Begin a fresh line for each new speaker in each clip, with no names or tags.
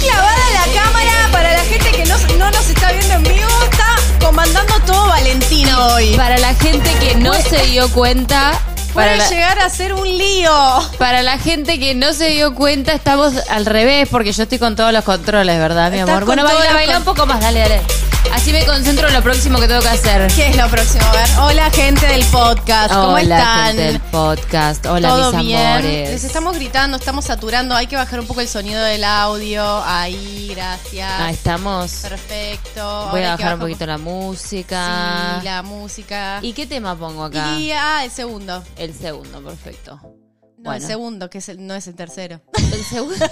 clavada la cámara para la gente que no, no nos está viendo en vivo. Está comandando todo Valentina hoy.
Para la gente que no se dio cuenta. Para
Puede
la,
llegar a ser un lío.
para la gente que no se dio cuenta, estamos al revés, porque yo estoy con todos los controles, ¿verdad, mi
Estás
amor?
con
Bueno,
todos
baila,
los
baila
con-
un poco más, dale, dale. Así me concentro en lo próximo que tengo que hacer.
¿Qué es lo próximo? A ver. Hola, gente del podcast. ¿Cómo
Hola,
están?
gente del podcast. Hola,
¿Todo
mis
bien?
amores.
Les estamos gritando, estamos saturando. Hay que bajar un poco el sonido del audio. Ahí, gracias.
Ah, estamos.
Perfecto.
Voy
Ahora
a
hay que
bajar un poquito la música.
Sí, la música.
¿Y qué tema pongo acá?
Y, ah, el segundo.
El segundo, perfecto.
No, el
Bueno.
segundo, que es el- no es el tercero.
El segundo.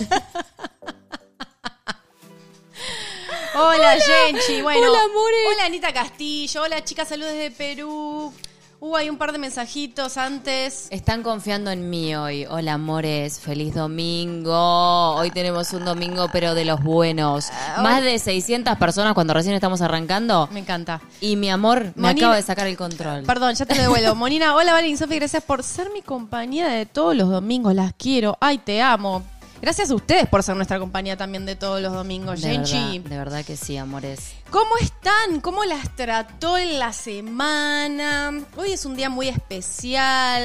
Hola, Genchi. Bueno,
Hola, amores.
Hola, Anita Castillo. Hola, chicas, saludos desde Perú. Uh, hay un par de mensajitos antes.
Están confiando en mí hoy. Hola, amores. Feliz domingo. Hoy tenemos un domingo, pero de los buenos.
Ah,
Más de 600 personas cuando recién estamos arrancando.
Me encanta.
Y mi amor, me
Monina-
acabo de sacar el control.
Perdón, ya te lo devuelvo. Monina, hola, Valen y Sofi, gracias por ser mi compañía de todos los domingos. Las quiero. Ay, te amo. Gracias a ustedes por ser nuestra compañía también de todos los domingos,
De
Genchi.
verdad, de verdad que sí, amores.
¿Cómo están? ¿Cómo las trató en la semana? Hoy es un día muy especial.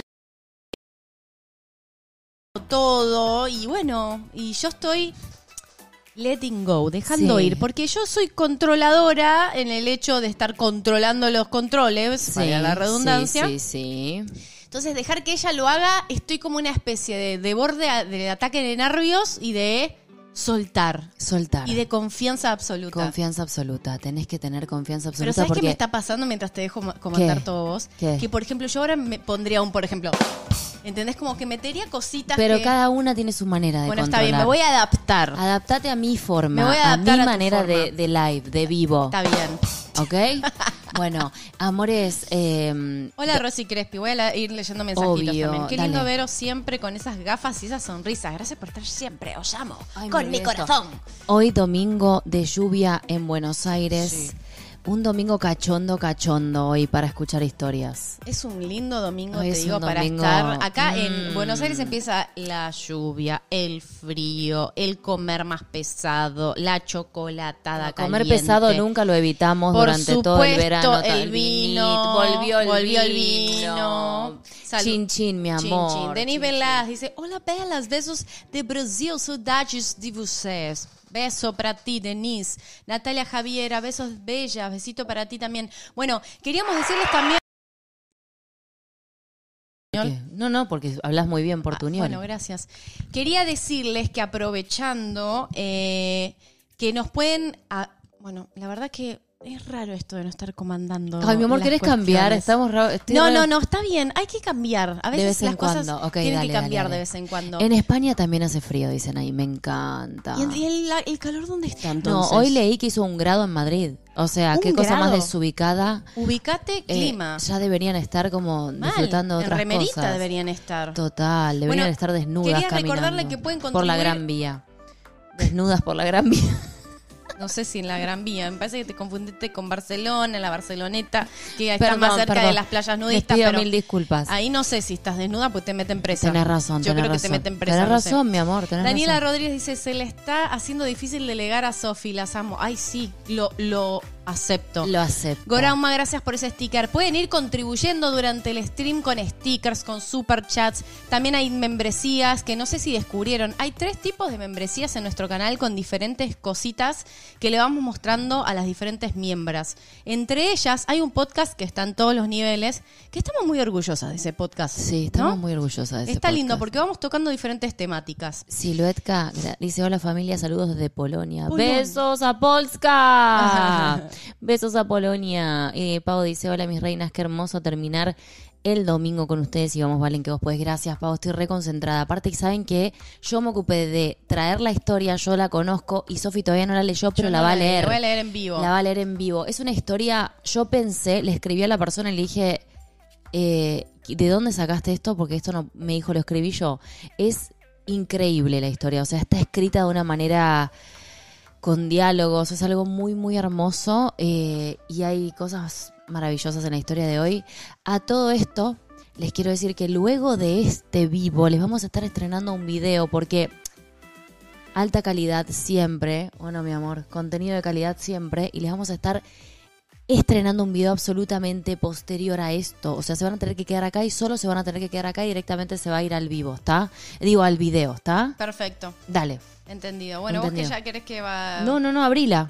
Todo. Y bueno, y yo estoy letting go, dejando
Sí.
ir. Porque yo soy controladora en el hecho de estar controlando los controles, para la redundancia.
Sí, sí, sí.
Entonces, dejar que ella lo haga, estoy como una especie de, de borde a- de ataque de nervios y de soltar.
Soltar.
Y de confianza absoluta.
Confianza absoluta. Tenés que tener confianza absoluta
Pero ¿sabes
porque
qué me está pasando mientras te dejo ma- comentar
¿Qué?
todo vos?
¿Qué?
Que, por ejemplo, yo ahora me pondría un, por ejemplo, ¿entendés? Como que metería cositas
Pero
que-
cada una tiene su manera de
Bueno, está
controlar.
bien, me voy a adaptar.
Adaptate a mi forma,
Me voy a
a,
adaptar
mi
a tu
manera
forma.
de, de live, de vivo.
Está bien.
¿Ok? Bueno, amores, eh,
Hola, Rosy Crespi. Voy a la- ir leyendo mensajitos
Obvio,
también. Qué lindo
dale.
veros siempre con esas gafas y esas sonrisas. Gracias por estar siempre. Os amo.
Ay, me
con mi
olvidé esto.
corazón.
hoy domingo de lluvia en Buenos Aires.
Sí.
Un domingo cachondo, cachondo hoy para escuchar historias.
Es un lindo domingo,
Hoy
te
es
digo,
un
para
domingo.
estar. Acá en
Mm.
Buenos Aires empieza la lluvia, el frío, el comer más pesado, la chocolatada
Comer
caliente.
pesado nunca lo evitamos
Por
durante todo el
supuesto,
verano.
el
tal-
vino,
volvió el
volvió el
vino.
vino. Salud.
Chin chin, mi amor.
Chin, chin. Denis Velas dice, hola belas, besos de Brasil, saudades de vocês. Beso para ti, Denise. Natalia Javiera, besos bellas, besito para ti también. Bueno, queríamos decirles también... Ah,
¿Qué? No, no, porque hablas muy bien portuñol.
Ah, Bueno, gracias. Quería decirles que aprovechando eh, que nos pueden... a- bueno, la verdad que es raro esto de no estar comandando.
Ay, mi amor,
las
¿querés cambiar?
cuestiones.
Estamos ra- estoy
No,
re-
no, no, está bien. Hay que cambiar. A
De
veces
vez en
las cosas
cuando. Ok,
tienen
dale,
que
dale,
cambiar
dale.
de vez en cuando.
En España también hace frío, dicen ahí. Me encanta.
¿Y el, y el- la- el calor dónde está
Ah. No,
entonces?
hoy leí que hizo un grado en Madrid. O sea,
¿Un
qué cosa más
grado?
desubicada.
Ubicate
Eh,
clima.
ya deberían estar como
Mal.
disfrutando de
en
otras
remerita
cosas.
deberían estar.
Total, deberían
Bueno,
estar desnudas
quería
caminando.
recordarle que pueden
Por la
contribuir-
Gran Vía. Desnudas por la Gran Vía.
No sé si en la Gran Vía. Me parece que te confundiste con Barcelona, la Barceloneta, que está
Perdón,
más cerca
perdón.
de las playas
Les
nudistas.
pido
pero
mil disculpas.
Ahí no sé si estás desnuda porque te meten presa.
Tenés razón,
Yo
tenés
creo
razón.
que te meten presa.
Tenés
no sé.
razón, mi amor, tenés
Daniela
razón.
Rodríguez dice, se le está haciendo difícil delegar a Sofi, las amo. Ay, sí, lo, lo acepto.
Lo acepto.
Gorauma, gracias por ese sticker. Pueden ir contribuyendo durante el stream con stickers, con super chats. También hay membresías que no sé si descubrieron. Hay tres tipos de membresías en nuestro canal con diferentes cositas que le vamos mostrando a las diferentes miembros. Entre ellas hay un podcast que está en todos los niveles, que estamos muy orgullosas de ese podcast.
Sí, estamos
¿no?
muy orgullosas de ese
Está lindo
podcast.
porque vamos tocando diferentes temáticas.
Siluetka gra- dice: Hola familia, saludos desde Polonia.
Polonia.
Besos a Polska. Besos a Polonia. Eh, Pau dice: Hola mis reinas, qué hermoso terminar el domingo con ustedes y vamos, Valen, que vos podés. Gracias, Pau, estoy reconcentrada. Aparte, que saben que yo me ocupé de traer la historia, yo la conozco y Sofi todavía no la leyó, pero
Yo
la
no
va a
leí,
leer.
la Voy a leer en vivo.
La va a leer en vivo. Es una historia, yo pensé, le escribí a la persona y le dije, eh, ¿de dónde sacaste esto? Porque esto no me dijo, lo escribí yo. Es increíble la historia, o sea, está escrita de una manera con diálogos, es algo muy, muy hermoso eh, y hay cosas maravillosas en la historia de hoy. A todo esto, les quiero decir que luego de este vivo les vamos a estar estrenando un video porque alta calidad siempre. Bueno, mi amor, contenido de calidad siempre. Y les vamos a estar estrenando un video absolutamente posterior a esto. O sea, se van a tener que quedar acá y solo se van a tener que quedar acá y directamente se va a ir al vivo, ¿está? Digo, al video, ¿está?
Perfecto.
Dale.
Entendido. Bueno,
Entendido.
vos que ya querés que va.
No, no, no, abrila.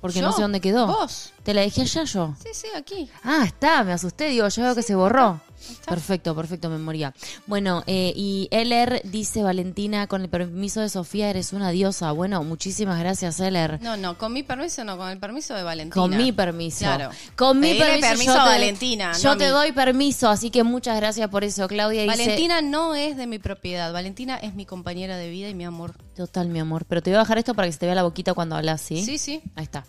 Porque no
¿Yo?
sé dónde quedó.
¿Vos?
Te la dejé allá yo.
Sí, sí, aquí.
Ah, está, me asusté, digo, yo veo que se borró.
está.
Perfecto, perfecto, memoria. Bueno, eh, y LR dice Valentina, con el permiso de Sofía eres una diosa. Bueno, muchísimas gracias, LR.
No, no, con mi permiso no, con el permiso de Valentina.
Con mi permiso.
Claro.
Con mi
Pedile
permiso.
permiso
yo
a
te-
Valentina,
Yo
no a
te
mí.
doy permiso, así que muchas gracias por eso, Claudia. dice-
Valentina no es de mi propiedad. Valentina es mi compañera de vida y mi amor.
Total, mi amor. Pero te voy a bajar esto para que se te vea la boquita cuando hablas, ¿sí?
Sí, sí.
Ahí está.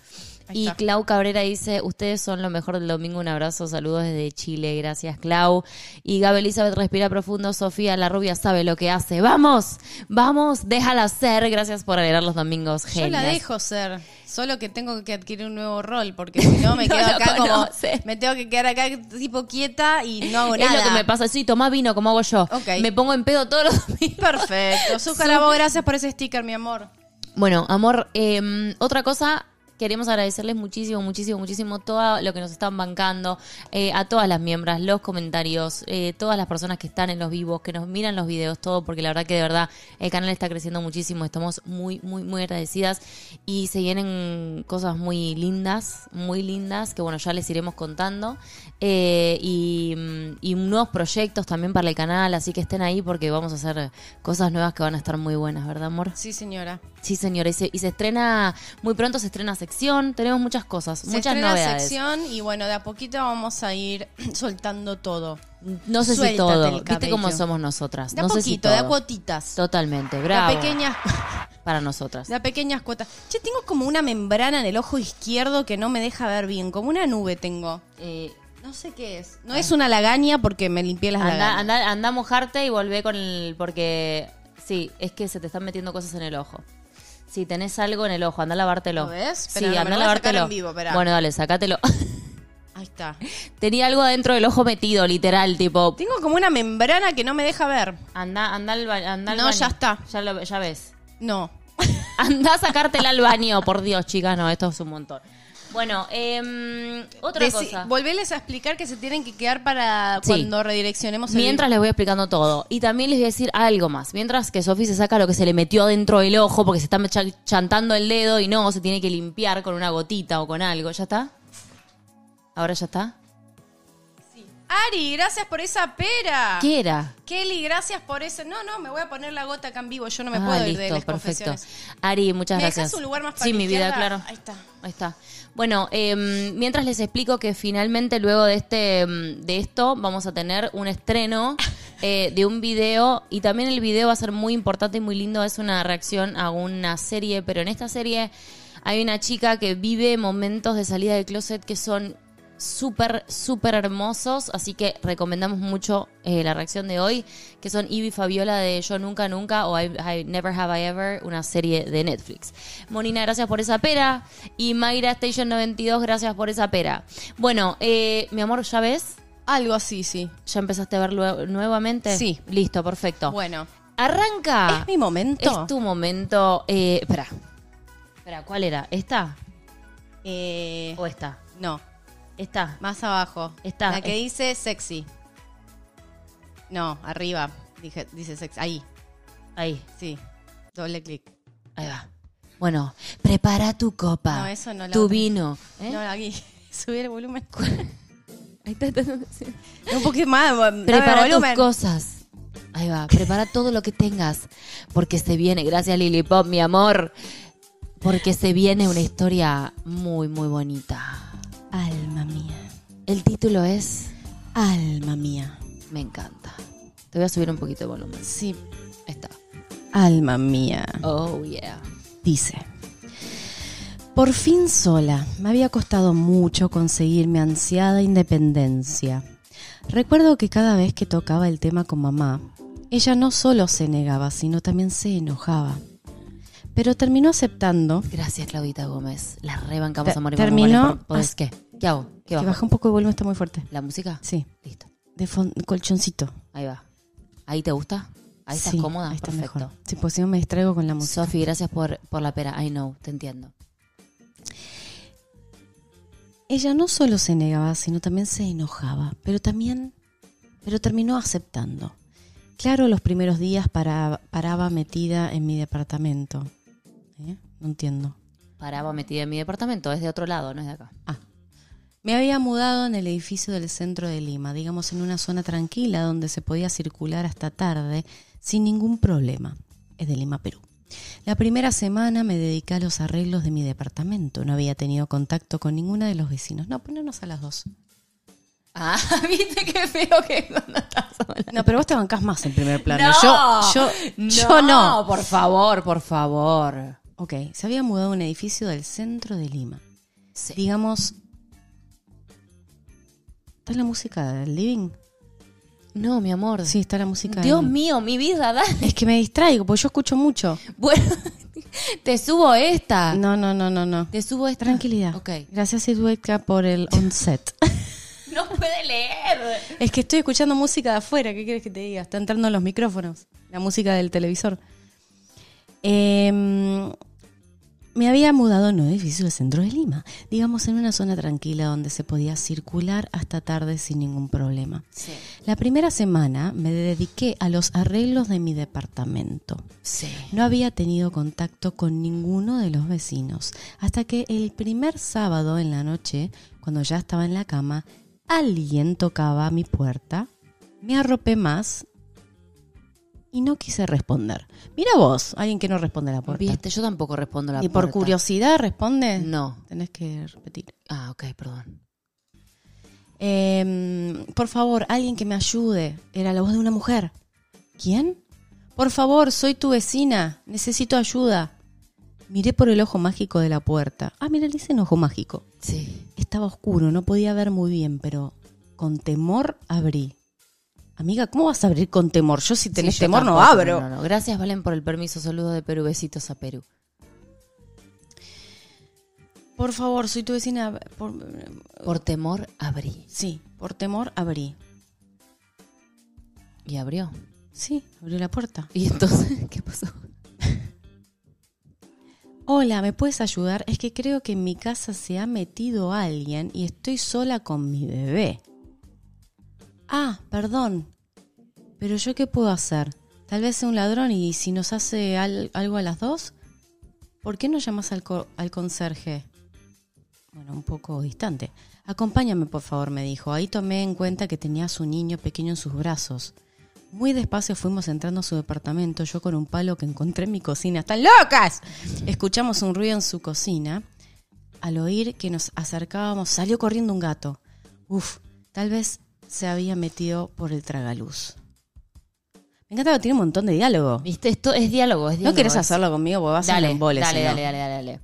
Ahí
y
está.
Clau Cabrera dice, ustedes son lo mejor del domingo, un abrazo, saludos desde Chile, gracias Clau. Y Gabe Elizabeth respira profundo, Sofía la rubia sabe lo que hace. Vamos, vamos, déjala ser, gracias por alegrar los domingos,
Yo la
genias.
dejo ser, solo que tengo que adquirir un nuevo rol, porque si no me
No
quedo
lo
acá
conoce.
como. Me tengo que quedar acá tipo quieta y no hago
Es
nada.
lo que me pasa, sí, tomá vino como hago yo.
Ok.
Me pongo en pedo todos los domingos.
Perfecto. Zúcara, vos gracias por ese sticker, mi amor.
Bueno, amor, eh, otra cosa. Queremos agradecerles muchísimo, muchísimo, muchísimo todo lo que nos están bancando, eh, a todas las miembros, los comentarios, eh, todas las personas que están en los vivos, que nos miran los videos, todo, porque la verdad que de verdad el canal está creciendo muchísimo, estamos muy, muy, muy agradecidas y se vienen cosas muy lindas, muy lindas, que bueno, ya les iremos contando, eh, y, mm, y nuevos proyectos también para el canal, así que estén ahí porque vamos a hacer cosas nuevas que van a estar muy buenas, ¿verdad, amor?
Sí, señora.
Sí, señora, y se, y se estrena, muy pronto se estrena sección, tenemos muchas cosas,
Se
muchas
estrena
novedades.
sección y bueno, de a poquito vamos a ir soltando todo.
No
Suéltate
sé si
el
todo, viste
cabello.
cómo somos nosotras.
De a
Mm, no
poquito,
sé si
de a
todo.
cuotitas.
Totalmente,
De a
bravo.
pequeñas,
Para nosotras.
de a pequeñas cuotas. Che, tengo como una membrana en el ojo izquierdo que no me deja ver bien, como una nube tengo.
Eh,
No sé qué es. No
Ah.
es una lagaña porque me limpié las
anda,
lagañas.
anda, anda a mojarte y volvé con el. Porque. Sí, es que se te están metiendo cosas en el ojo. Si tenés algo en el ojo, anda a lavártelo.
¿Lo ves?
Sí,
Esperá, me lo
anda
voy a
a
sacar
lavártelo.
en vivo, esperá.
bueno, dale, sacátelo.
Ahí está.
Tenía algo adentro del ojo metido, literal, tipo.
Tengo como una membrana que no me deja ver.
Anda, anda al ba- anda al
No,
baño.
ya está.
Ya, lo- ya ves.
No.
Anda a sacártela al baño, por Dios, chicas, no, esto es un montón. Bueno, em, otra
Decí-
cosa.
Volverles a explicar que se tienen que quedar para
Sí.
cuando redireccionemos el-
Mientras les voy explicando todo. Y también les voy a decir algo más. Mientras que Sofi se saca lo que se le metió dentro del ojo porque se está cha- chantando el dedo y no, se tiene que limpiar con una gotita o con algo. ¿Ya está? ¿Ahora ya está?
Ari, gracias por esa pera.
¿Qué era?
Kelly, gracias por ese. No, no, me voy a poner la gota acá en vivo. Yo no me
Ah,
puedo ir
listo,
de las
perfecto.
confesiones.
Ari, muchas
¿Me dejás
gracias.
un lugar más para
Sí,
la
mi vida,
izquierda?
claro.
Ahí está.
Ahí está. Bueno, eh, mientras les explico que finalmente luego de este mm, de esto vamos a tener un estreno eh, de un video y también el video va a ser muy importante y muy lindo. Es una reacción a una serie, pero en esta serie hay una chica que vive momentos de salida del closet que son súper, súper hermosos. Así que recomendamos mucho eh, la reacción de hoy, que son Ivy Fabiola de Yo Nunca Nunca o I, I Never Have I Ever, una serie de Netflix. Monina, gracias por esa pera. Y Mayra Station 92, gracias por esa pera. Bueno, eh, mi amor, ¿ya ves?
Algo así, sí.
¿Ya empezaste a verlo nuevamente?
Sí.
Listo, perfecto.
Bueno.
Arranca.
¿Es mi momento?
Ah. Es tu momento. Eh, espera. Espera, ¿cuál era? ¿Esta
Eh,
o esta?
no,
Esta.
más abajo.
Está.
La que
Es-
dice sexy. No, arriba. Dije, dice sexy. Ahí,
Ahí.
sí. Doble clic.
Ahí va. Bueno, prepara tu copa.
No, eso no, la
Tu
otra.
vino. ¿eh?
No, aquí. Subir el volumen.
Ahí está, está, está, sí.
Un poquito más. dame
Prepara tus
volumen.
cosas. Ahí va. Prepara todo lo que tengas. Porque se viene. Gracias, Lili Pop, mi amor. Porque se viene una historia muy, muy bonita.
Alma mía.
El título es
Alma mía.
Me encanta. Te voy a subir un poquito de volumen. Ahí
Sí.
está.
Alma mía.
Oh, yeah.
Dice. Por fin sola, me había costado mucho conseguir mi ansiada independencia. Recuerdo que cada vez que tocaba el tema con mamá, ella no solo se negaba, sino también se enojaba. Pero terminó aceptando
Gracias, Claudita Gómez. La rebancamos,
Te-
amor. y
terminó.
vamos, vale, ¿Podés qué? ¿Qué hago? ¿Qué
que
bajo?
baja un poco el volumen, está muy fuerte.
¿La música?
Sí,
Listo.
de fon- colchoncito.
Ahí va. ¿Ahí te gusta? Ahí estás cómoda,
ahí está
perfecto.
mejor. Sí, pues si no me distraigo con la música.
Sofi, gracias por, por la pera. I know, te entiendo.
Ella no solo se negaba, sino también se enojaba, pero también, pero terminó aceptando. Claro, los primeros días para- paraba metida en mi departamento. ¿Eh? No entiendo.
Paraba metida en mi departamento, es de otro lado, no es de acá.
Me había mudado en el edificio del centro de Lima, digamos en una zona tranquila donde se podía circular hasta tarde sin ningún problema. Es de Lima, Perú. La primera semana me dediqué a los arreglos de mi departamento. No había tenido contacto con ninguna de los vecinos. No, ponernos a las dos.
Ah, viste qué feo que cuando estás sola.
No, pero vos te bancás más en primer plano. yo, yo, yo no.
por favor, por favor.
Ok, se había mudado a un edificio del centro de Lima.
Sí.
Digamos. ¿Está la música del living?
No, mi amor.
Sí, está la música.
Dios
del-
mío, mi vida, dale.
Es que me distraigo, porque yo escucho mucho.
Bueno, te subo esta.
No, no, no, no, no.
Te subo esta.
Tranquilidad.
Ok.
Gracias, Idueca, por el onset.
No puede leer.
es que estoy escuchando música de afuera, ¿qué quieres que te diga? Está entrando en los micrófonos, la música del televisor. Em, me había mudado a un nuevo edificio del centro de Lima, digamos en una zona tranquila donde se podía circular hasta tarde sin ningún problema.
Sí.
La primera semana me dediqué a los arreglos de mi departamento.
Sí.
No había tenido contacto con ninguno de los vecinos, hasta que el primer sábado en la noche, cuando ya estaba en la cama, alguien tocaba mi puerta, me arropé más y no quise responder. Mira vos, alguien que no responde a la puerta.
Viste, yo tampoco respondo la
Y por
puerta.
curiosidad responde.
No.
Tenés que repetir.
Ah, ok, perdón.
Em, por favor, alguien que me ayude. Era la voz de una mujer. ¿Quién? Por favor, soy tu vecina. Necesito ayuda. Miré por el ojo mágico de la puerta. Ah, mira, le dicen ojo mágico.
Sí.
Estaba oscuro, no podía ver muy bien, pero con temor abrí. Amiga, ¿cómo vas a abrir con temor? Yo si tenés
Sí, yo
temor no
tampoco,
abro.
No, no. Gracias, Valen, por el permiso. Saludos de Perú. Besitos a Perú.
Por favor, soy tu vecina. Por-
Por temor, abrí.
sí, por temor abrí.
Y abrió.
Sí, abrió la puerta.
Y entonces, ¿qué pasó?
Hola, ¿me puedes ayudar? Es que creo que en mi casa se ha metido alguien y estoy sola con mi bebé. Ah, perdón. Pero yo qué puedo hacer? Tal vez sea un ladrón y si nos hace al- algo a las dos, ¿por qué no llamas al, co- al conserje? Bueno, un poco distante. Acompáñame, por favor, me dijo. Ahí tomé en cuenta que tenía a su niño pequeño en sus brazos. Muy despacio fuimos entrando a su departamento, yo con un palo que encontré en mi cocina. ¡Están locas! Escuchamos un ruido en su cocina. Al oír que nos acercábamos, salió corriendo un gato. Uf, tal vez se había metido por el tragaluz. Me encanta que tiene un montón de diálogo.
Viste, esto es diálogo, es diálogo.
¿No querés
es-
hacerlo conmigo? Porque vas a
Dale,
un embole,
dale,
si no.
dale, dale, dale, dale.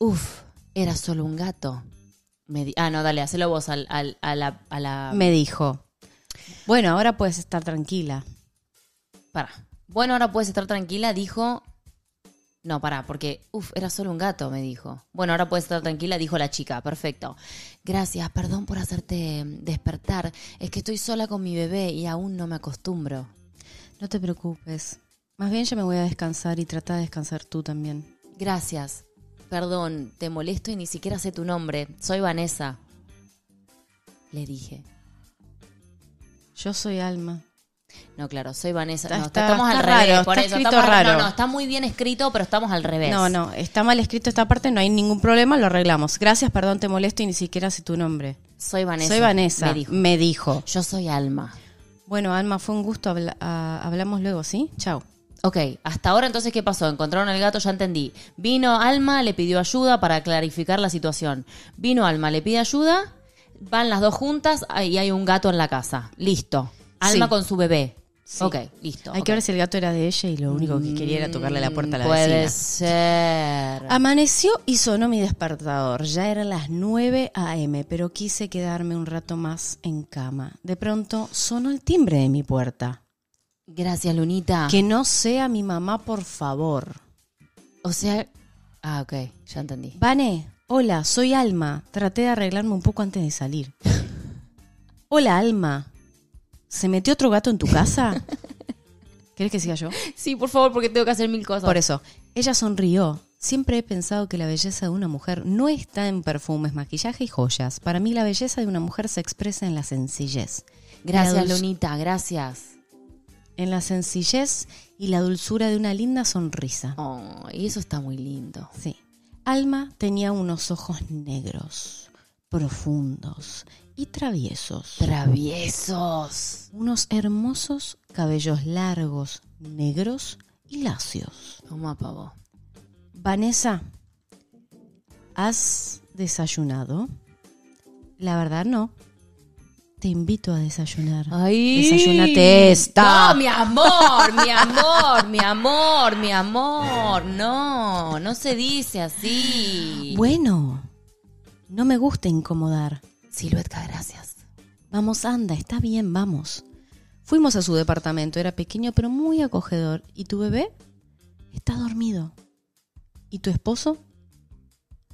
Uf, era solo un gato. Me di- ah, no, dale, hacelo vos al, al- a la... A la
Me dijo. Bueno, ahora puedes estar tranquila.
Pará. Bueno, ahora puedes estar tranquila, dijo... No, pará, porque, uf, era solo un gato, me dijo. Bueno, ahora puedes estar tranquila, dijo la chica. Perfecto. Gracias, perdón por hacerte mm, despertar. Es que estoy sola con mi bebé y aún no me acostumbro.
No te preocupes. Más bien yo me voy a descansar y trata de descansar tú también.
Gracias. Perdón, te molesto y ni siquiera sé tu nombre. Soy Vanessa. Le dije.
Yo soy Alma.
No, claro, soy Vanessa.
Está-
No,
está-
estamos
está
al revés.
raro,
por
está
eso,
escrito
estamos al-
raro.
No, no, está muy bien escrito, pero estamos al revés.
No, no, está mal escrito esta parte, no hay ningún problema, lo arreglamos. Gracias, perdón, te molesto y ni siquiera sé tu nombre.
Soy Vanessa.
soy Vanessa.
Me dijo. Yo soy Alma.
Bueno, Alma, fue un gusto. habla- ah, hablamos luego, ¿sí? Chao.
Ok, hasta ahora entonces, ¿qué pasó? Encontraron al gato, ya entendí. Vino Alma, le pidió ayuda para clarificar la situación. Vino Alma, le pide ayuda, van las dos juntas ah, y hay un gato en la casa. Listo. Alma
Sí.
con su bebé.
Sí.
Ok, listo.
Hay
ok. Mm,
que ver si el gato era de ella y lo único que quería era tocarle la puerta a la
Puede
vecina. Ah.
ser.
Amaneció y sonó mi despertador. Ya eran las 9 a.m., pero quise quedarme un rato más en cama. De pronto sonó el timbre de mi puerta.
Gracias, Lunita.
Que no sea mi mamá, por favor.
O sea. Ah, ok, ya entendí.
Vane, hola, soy Alma. Traté de arreglarme un poco antes de salir. Hola, Alma. ¿Se metió otro gato en tu casa? ¿Querés que siga yo?
Sí, por favor, porque tengo que hacer mil cosas.
Por eso. Ella sonrió. Siempre he pensado que la belleza de una mujer no está en perfumes, maquillaje y joyas. Para mí la belleza de una mujer se expresa en la sencillez.
Gracias,
En la dulz-
Lunita, gracias.
En la sencillez y la dulzura de una linda sonrisa.
Oh, y eso está muy lindo.
Sí. Alma tenía unos ojos negros, profundos y traviesos.
Traviesos.
unos hermosos cabellos largos, negros y lacios.
Toma, pavo.
Vanessa, ¿has desayunado? La verdad no. Te invito a desayunar.
Ay,
Desayúnate esta.
No, mi amor, mi amor, mi amor, mi amor. No, no se dice así.
Bueno, no me gusta incomodar.
Siluetca, gracias.
Vamos, anda, está bien, vamos. Fuimos a su departamento, era pequeño pero muy acogedor. ¿Y tu bebé? Está dormido. ¿Y tu esposo?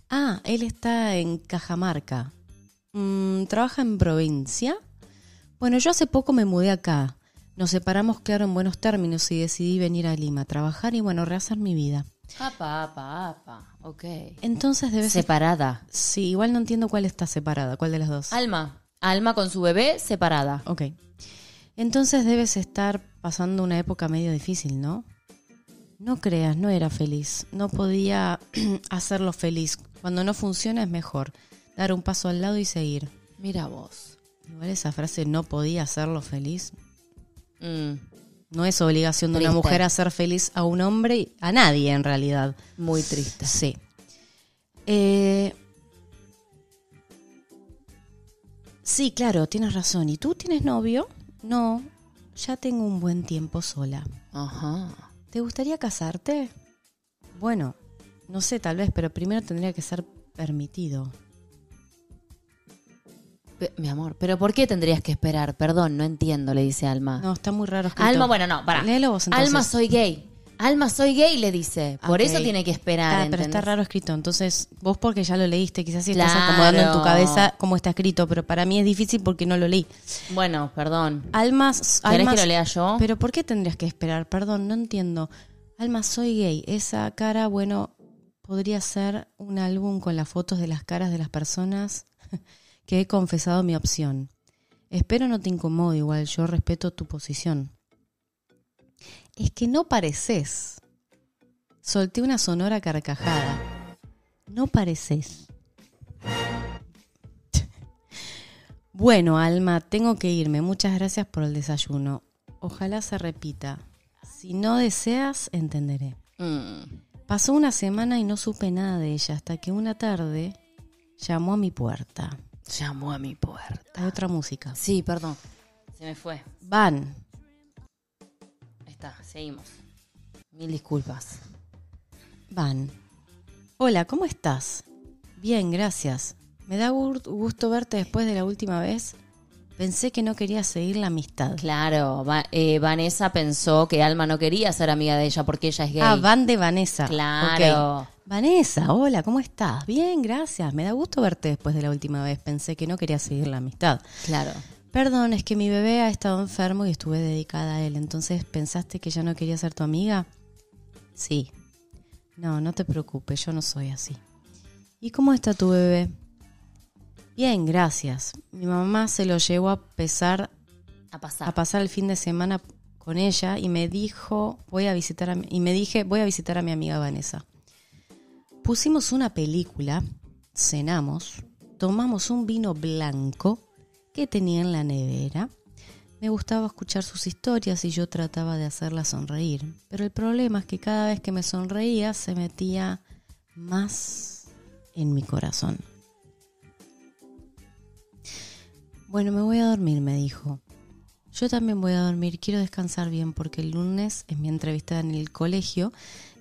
Ah, él está en Cajamarca. Mm, ¿Trabaja en provincia? Bueno, yo hace poco me mudé acá. Nos separamos, claro, en buenos términos y decidí venir a Lima a trabajar y, bueno, rehacer mi vida.
Apa, apa, apa. Ok.
Entonces debe ser...
Separada.
Sí, igual no entiendo cuál está separada, cuál de las dos.
Alma. Alma con su bebé separada.
Ok. Entonces debes estar pasando una época medio difícil, ¿no? No creas, no era feliz. No podía hacerlo feliz. Cuando no funciona es mejor. Dar un paso al lado y seguir.
Mira vos.
Igual esa frase no podía hacerlo feliz.
Mm,
No es obligación de una
Triste.
mujer hacer feliz a un hombre, y- a nadie en realidad.
muy triste.
Sí. Eh, sí, claro, tienes razón. ¿Y tú tienes novio? No, ya tengo un buen tiempo sola.
Ajá.
¿Te gustaría casarte? Bueno, no sé, tal vez, pero primero tendría que ser permitido.
Pe- mi amor, ¿pero por qué tendrías que esperar? Perdón, no entiendo, le dice Alma.
No, está muy raro. escrito.
Alma, bueno, no, pará.
Léelo vos entonces.
Alma, soy gay. Alma, soy gay, le dice. Por
Ok.
eso tiene que esperar.
Ah, pero está
¿entendés?
raro escrito, entonces vos porque ya lo leíste, quizás si estás
Claro.
acomodando en tu cabeza cómo está escrito, pero para mí es difícil porque no lo leí.
Bueno, perdón.
Almas,
¿Querés
almas
que lo lea yo?
Pero ¿por qué tendrías que esperar? Perdón, no entiendo. Alma, soy gay. Esa cara, bueno, podría ser un álbum con las fotos de las caras de las personas que he confesado mi opción. Espero no te incomode igual, yo respeto tu posición. Es que no pareces. Solté una sonora carcajada. No pareces. Bueno, Alma, tengo que irme. Muchas gracias por el desayuno. Ojalá se repita. Si no deseas, entenderé.
Mm.
Pasó una semana y no supe nada de ella hasta que una tarde llamó a mi puerta.
Llamó a mi puerta.
Hay otra música.
Sí, perdón. Se me fue.
Van.
Ahí está, seguimos. Mil disculpas.
Van. Hola, ¿cómo estás? Bien, gracias. Me da gur- gusto verte después de la última vez. Pensé que no querías seguir la amistad.
Claro, Va- eh, Vanessa pensó que Alma no quería ser amiga de ella porque ella es gay.
Ah, Van de Vanessa.
Claro.
Ok. Vanessa, hola, ¿cómo estás? Bien, gracias. Me da gusto verte después de la última vez. Pensé que no querías seguir la amistad.
Claro.
Perdón, es que mi bebé ha estado enfermo y estuve dedicada a él. Entonces, ¿pensaste que ya no quería ser tu amiga? Sí. No, no te preocupes, yo no soy así. ¿Y cómo está tu bebé? Bien, gracias. Mi mamá se lo llevó a pesar
A pasar.
a pasar el fin de semana con ella y me dijo, voy a visitar a mi- y me dije, voy a visitar a mi amiga Vanessa. Pusimos una película, cenamos, tomamos un vino blanco que tenía en la nevera. Me gustaba escuchar sus historias y yo trataba de hacerla sonreír, pero el problema es que cada vez que me sonreía se metía más en mi corazón. Bueno, me voy a dormir, me dijo. Yo también voy a dormir, quiero descansar bien porque el lunes es mi entrevista en el colegio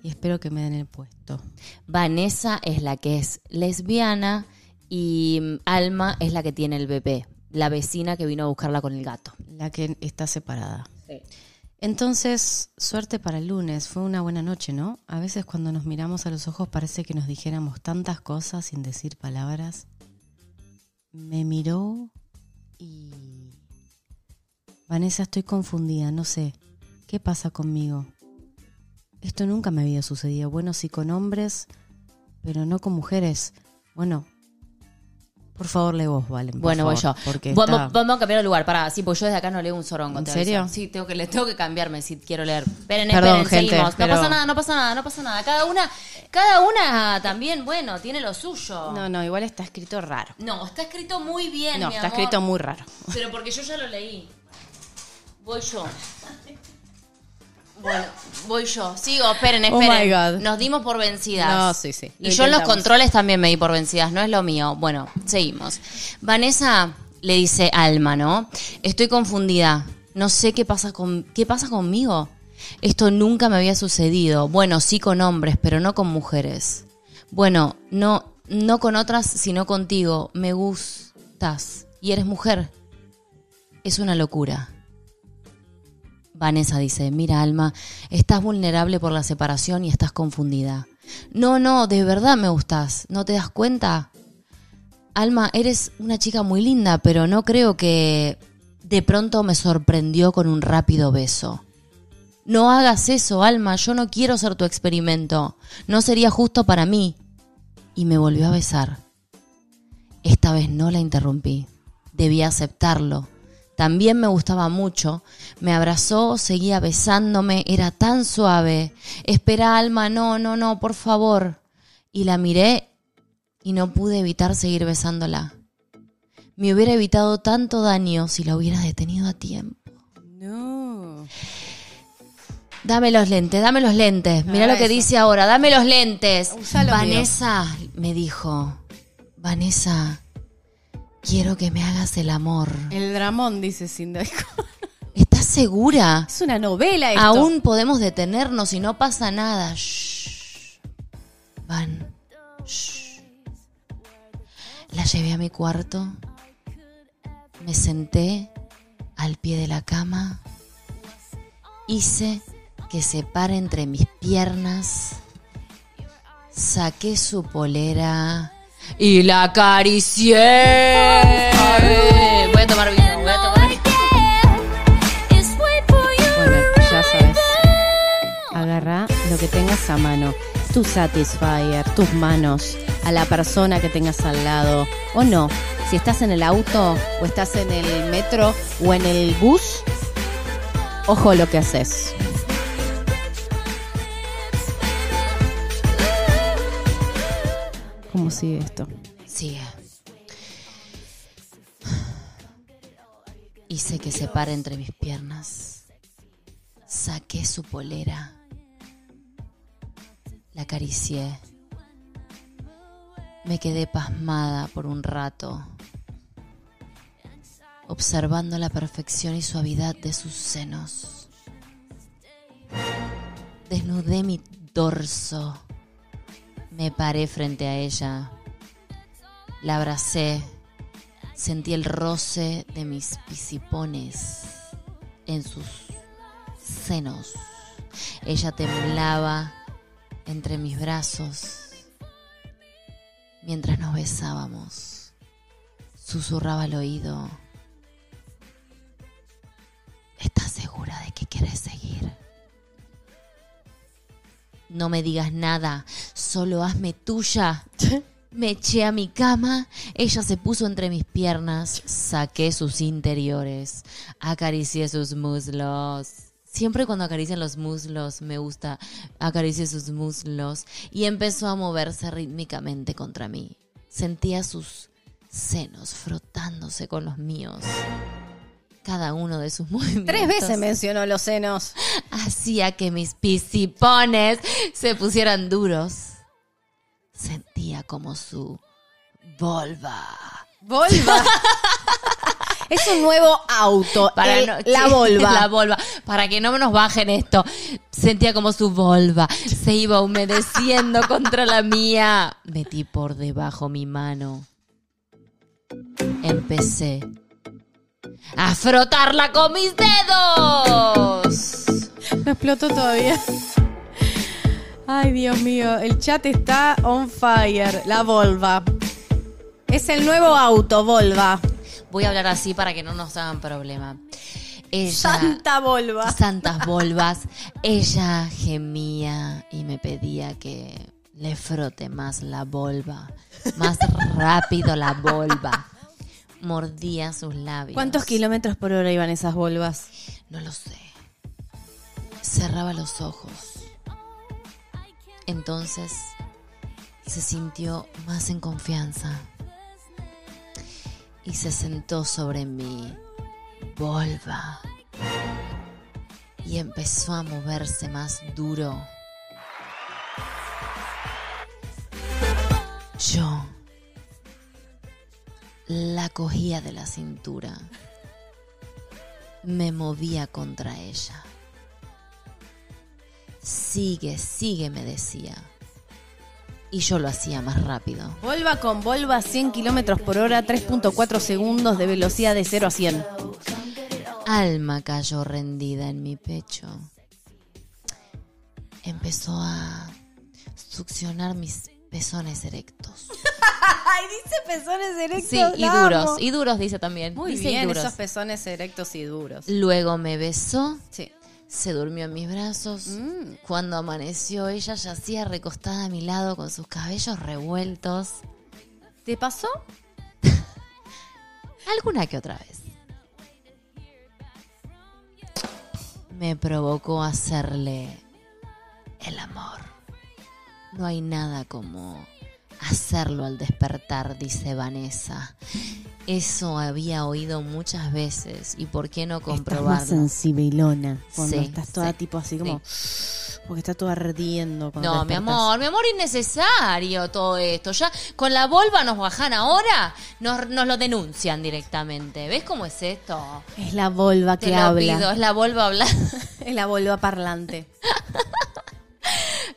y espero que me den el puesto.
Vanessa es la que es lesbiana y mm, Alma es la que tiene el bebé, la vecina que vino a buscarla con el gato.
La que está separada. Entonces, suerte para el lunes, fue una buena noche, ¿no? A veces cuando nos miramos a los ojos parece que nos dijéramos tantas cosas sin decir palabras. Me miró y... Vanessa, estoy confundida, no sé. ¿Qué pasa conmigo? Esto nunca me había sucedido. Bueno, sí con hombres, pero no con mujeres. Bueno, por favor, lee vos, Valen. por
Bueno, voy yo.
favor, Porque
vamos,
está-
vamos a cambiar de lugar, pará. Sí, porque yo desde acá no leo un sorongo.
¿En
te aviso.
serio?
Sí, tengo que, le tengo que cambiarme si quiero leer. Esperen,
Perdón,
esperen,
gente,
seguimos.
pero-
No pasa nada, no pasa nada, no pasa nada. Cada una, cada una también, bueno, tiene lo suyo.
No, no, igual está escrito raro.
No, está escrito muy bien,
No,
mi
está
amor.
escrito muy raro.
Pero porque yo ya lo leí. Voy yo. Bueno, voy yo. Sigo, esperen,
Oh my
esperen.
God.
Nos dimos por vencidas.
No, sí, sí, lo
Y yo en los
intentamos.
controles también me di por vencidas, no es lo mío. Bueno, seguimos. Vanessa le dice Alma, ¿no? Estoy confundida. No sé qué pasa con qué pasa conmigo. Esto nunca me había sucedido. Bueno, sí con hombres, pero no con mujeres. Bueno, no no con otras, sino contigo. Me gustas y eres mujer. Es una locura. Vanessa dice, mira Alma, estás vulnerable por la separación y estás confundida. No, no, de verdad me gustas, ¿no te das cuenta? Alma, eres una chica muy linda, pero no creo que de pronto me sorprendió con un rápido beso. No hagas eso, Alma, yo no quiero ser tu experimento, no sería justo para mí. Y me volvió a besar. Esta vez no la interrumpí. Debía aceptarlo. También me gustaba mucho. Me abrazó, seguía besándome, era tan suave. Espera, Alma, no, no, no, por favor. Y la miré y no pude evitar seguir besándola. Me hubiera evitado tanto daño si la hubiera detenido a tiempo.
No.
Dame los lentes, dame los lentes. Mira
Ah,
lo que
eso.
dice ahora, dame los lentes.
Usa los
Vanessa me dijo, Vanessa, quiero que me hagas el amor.
El dramón, dice Cindy.
¿Estás segura?
Es una novela esto.
Aún podemos detenernos y no pasa nada. Shh. Van. Shh. La llevé a mi cuarto. Me senté al pie de la cama. Hice que se pare entre mis piernas. Saqué su polera y la acaricié. Voy a tomar vino, voy a tomar vino.
Bueno, ya sabes. Agarra lo que tengas a mano. Tu satisfier, tus manos, a la persona que tengas al lado. O no. Si estás en el auto, o estás en el metro, o en el bus, ojo lo que haces. ¿Cómo sigue esto?
Sigue. Hice que se pare entre mis piernas. Saqué su polera. La acaricié. Me quedé pasmada por un rato, observando la perfección y suavidad de sus senos. Desnudé mi dorso. Me paré frente a ella. La abracé. Sentí el roce de mis pisipones en sus senos. Ella temblaba entre mis brazos mientras nos besábamos. Susurraba al oído. ¿Estás segura de que quieres seguir? No me digas nada, solo hazme tuya. Me eché a mi cama, ella se puso entre mis piernas, saqué sus interiores, acaricié sus muslos. Siempre cuando acarician los muslos me gusta, acaricié sus muslos y empezó a moverse rítmicamente contra mí. Sentía sus senos frotándose con los míos. Cada uno de sus movimientos
Tres veces mencionó los senos.
hacía que mis pisipones se pusieran duros. Sentía como su volva.
Volva. es un nuevo auto. el-
no-
Eh, la
sí,
Volva.
La volva. Para que no nos bajen esto. Sentía como su volva se iba humedeciendo contra la mía. Metí por debajo mi mano. Empecé a frotarla con mis dedos.
No explotó todavía. Ay, Dios mío, el chat está on fire. La Volva. Es el nuevo auto, Volva.
Voy a hablar así para que no nos hagan problema. Ella,
Santa Volva.
Santas volvas. Ella gemía y me pedía que le frote más la volva. Más rápido la volva. Mordía sus labios.
¿Cuántos kilómetros por hora iban esas volvas?
No lo sé. Cerraba los ojos. Entonces se sintió más en confianza y se sentó sobre mi volva y empezó a moverse más duro. Yo la cogía de la cintura me movía contra ella. Sigue, sigue, me decía. Y yo lo hacía más rápido.
Volva con Volva 100 kilómetros por hora, 3.4 segundos de velocidad de 0 a 100.
Alma cayó rendida en mi pecho. Empezó a succionar mis pezones erectos.
Ay, dice pezones erectos.
Sí, y duros. Y duros, dice también.
Muy
Dice y
bien,
duros.
esos pezones erectos y duros.
Luego me besó.
Sí.
Se durmió en mis brazos.
Mm.
Cuando amaneció, ella yacía recostada a mi lado con sus cabellos revueltos.
¿Te pasó?
Alguna que otra vez. Me provocó hacerle el amor. No hay nada como hacerlo al despertar, dice Vanessa. Eso había oído muchas veces y por qué no
Estás más
comprobarlo.
sensibilona cuando
Sí,
estás toda
sí,
tipo así como porque está todo ardiendo cuando
No,
te
mi
despertás.
amor, mi amor, innecesario todo esto. Ya con la volva nos bajan ahora, nos, nos lo denuncian directamente. ¿Ves cómo es esto?
Es la volva
Te
que
lo
habla.
pido, es la volva hablando.
Es la volva parlante.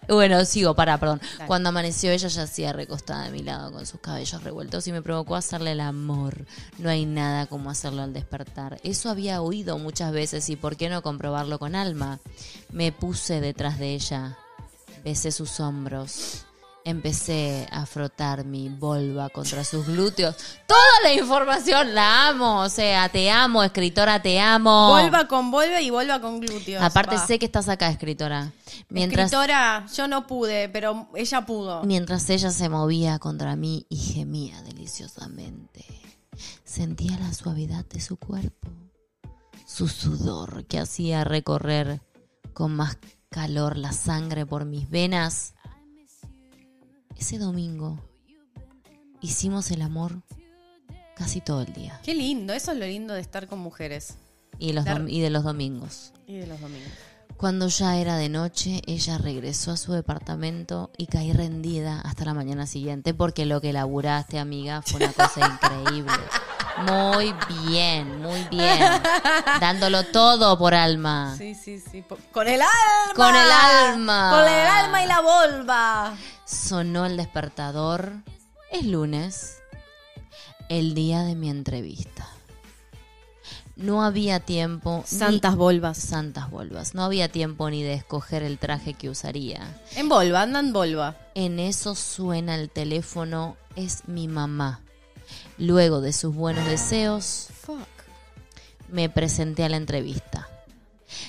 Bueno, sigo, para, perdón.
Dale.
Cuando amaneció ella yacía recostada a mi lado con sus cabellos revueltos y me provocó hacerle el amor. No hay nada como hacerlo al despertar. Eso había oído muchas veces y por qué no comprobarlo con alma. Me puse detrás de ella, besé sus hombros, empecé a frotar mi volva contra sus glúteos. Toda la información la amo, o sea, te amo, escritora, te amo.
Volva con volva y volva con glúteos.
Aparte
va.
sé que estás acá, escritora. Mientras
Escritora, yo no pude, pero ella pudo.
Mientras ella se movía contra mí y gemía deliciosamente, sentía la suavidad de su cuerpo, su sudor que hacía recorrer con más calor la sangre por mis venas. Ese domingo hicimos el amor casi todo el día
Qué lindo, eso es lo lindo de estar con mujeres.
y, los
Dar-
dom- y de los domingos.
Y de los domingos.
Cuando ya era de noche, ella regresó a su departamento y caí rendida hasta la mañana siguiente porque lo que laburaste, amiga, fue una cosa increíble. Muy bien, muy bien. Dándolo todo por alma.
Ah. Sí, sí, sí. po- Con el alma.
Con el alma.
Con el alma y la volva.
Sonó el despertador. Es lunes. El día de mi entrevista. No había tiempo. ni-
Santas volvas.
Santas volvas. No había tiempo ni de escoger el traje que usaría.
En volva, andan volva.
En eso suena el teléfono, es mi mamá. Luego de sus buenos deseos,
Fuck.
me presenté a la entrevista.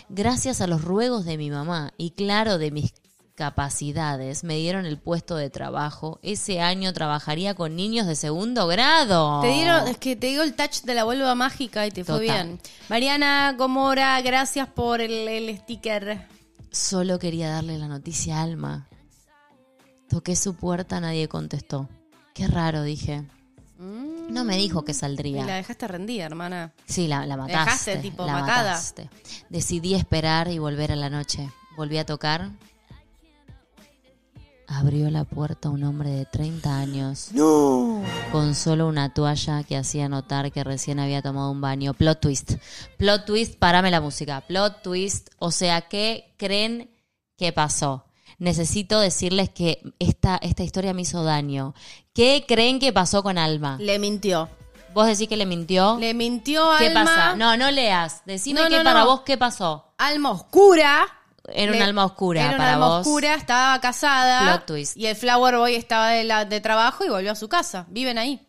Gracias a los ruegos de mi mamá y claro de mis capacidades, me dieron el puesto de trabajo. Ese año trabajaría con niños de segundo grado.
Te dieron, es que te dio el touch de la vuelva mágica y te fue
Oh. Total.
bien. Mariana Gomora, gracias por el, el sticker.
Solo quería darle la noticia a Alma. Toqué su puerta, nadie contestó. Qué raro, dije. No me dijo que
Mm, Y
saldría.
la dejaste rendida, hermana.
Sí, la, la mataste.
Dejaste, tipo,
la
matada.
mataste. Decidí esperar y volver a la noche. Volví a tocar. Abrió la puerta un hombre de 30 años. ¡No! Con solo una toalla que hacía notar que recién había tomado un baño. Plot twist. Plot twist, parame la música. Plot twist. O sea, ¿qué creen que pasó? Necesito decirles que esta, esta historia me hizo daño. ¿Qué creen que pasó con Alma?
Le mintió.
¿Vos decís que le mintió?
Le mintió a
¿Qué
Alma.
pasa? No, no leas. Decime
No,
que
no,
para
no.
vos qué pasó.
Alma oscura.
Era un
Le-
alma oscura
Era un
para
alma
vos.
oscura, estaba casada.
Plot twist.
Y el Flower Boy estaba de, la- de trabajo y volvió a su casa. Viven ahí.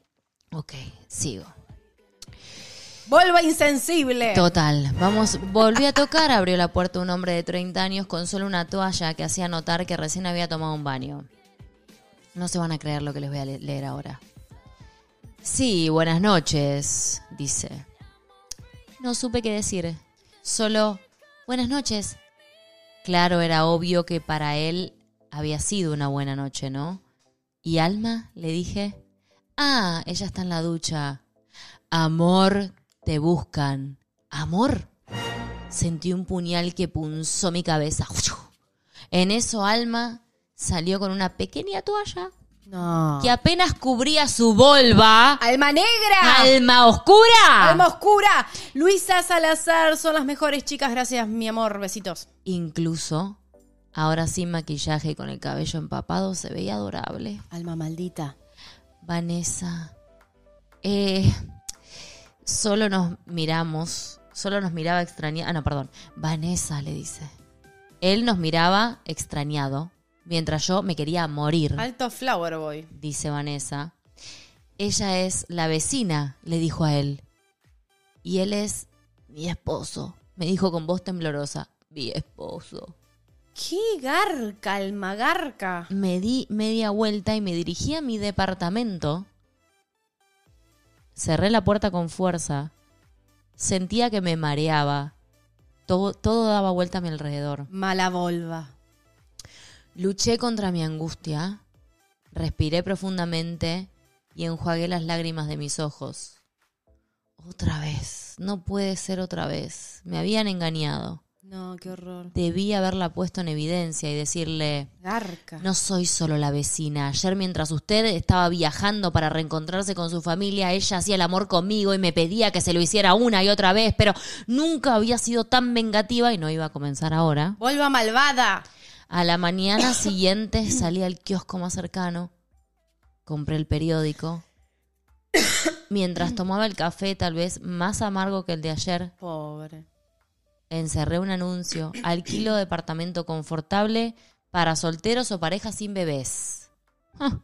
Ok, sigo.
Vuelva insensible.
Total. Vamos, volví a tocar, abrió la puerta un hombre de 30 años con solo una toalla que hacía notar que recién había tomado un baño. No se van a creer lo que les voy a le- leer ahora. Sí, buenas noches, dice. No supe qué decir. Solo, buenas noches. Claro, era obvio que para él había sido una buena noche, ¿no? ¿Y Alma? Le dije. Ah, ella está en la ducha. Amor, te buscan. ¿Amor? Sentí un puñal que punzó mi cabeza. En eso Alma salió con una pequeña toalla
No.
que apenas cubría su volva.
Alma negra.
¡Alma oscura!
Alma oscura. Luisa Salazar son las mejores chicas. Gracias, mi amor. Besitos.
Incluso, ahora sin maquillaje y con el cabello empapado, se veía adorable.
Alma maldita.
Vanessa. Eh, solo nos miramos. Solo nos miraba extrañada. Ah, no, perdón. Vanessa le dice. Él nos miraba extrañado, mientras yo me quería morir,
Alto Flower Boy.
dice Vanessa. Ella es la vecina, le dijo a él. Y él es mi esposo, me dijo con voz temblorosa. Mi esposo.
Qué garca, alma garca.
me di media vuelta y me dirigí a mi departamento. Cerré la puerta con fuerza. Sentía que me mareaba. Todo, todo daba vuelta a mi alrededor.
Mala volva.
Luché contra mi angustia. Respiré profundamente y enjuagué las lágrimas de mis ojos. Otra vez. No puede ser otra vez. Me habían engañado.
No, qué horror.
Debí haberla puesto en evidencia y decirle,
Garca.
no soy solo la vecina. Ayer mientras usted estaba viajando para reencontrarse con su familia, ella hacía el amor conmigo y me pedía que se lo hiciera una y otra vez, pero nunca había sido tan vengativa y no iba a comenzar ahora.
Volva malvada.
A la mañana siguiente salí al kiosco más cercano, compré el periódico. Mientras tomaba el café, tal vez más amargo que el de ayer,
Pobre.
encerré un anuncio, alquilo departamento confortable para solteros o parejas sin bebés. Ah.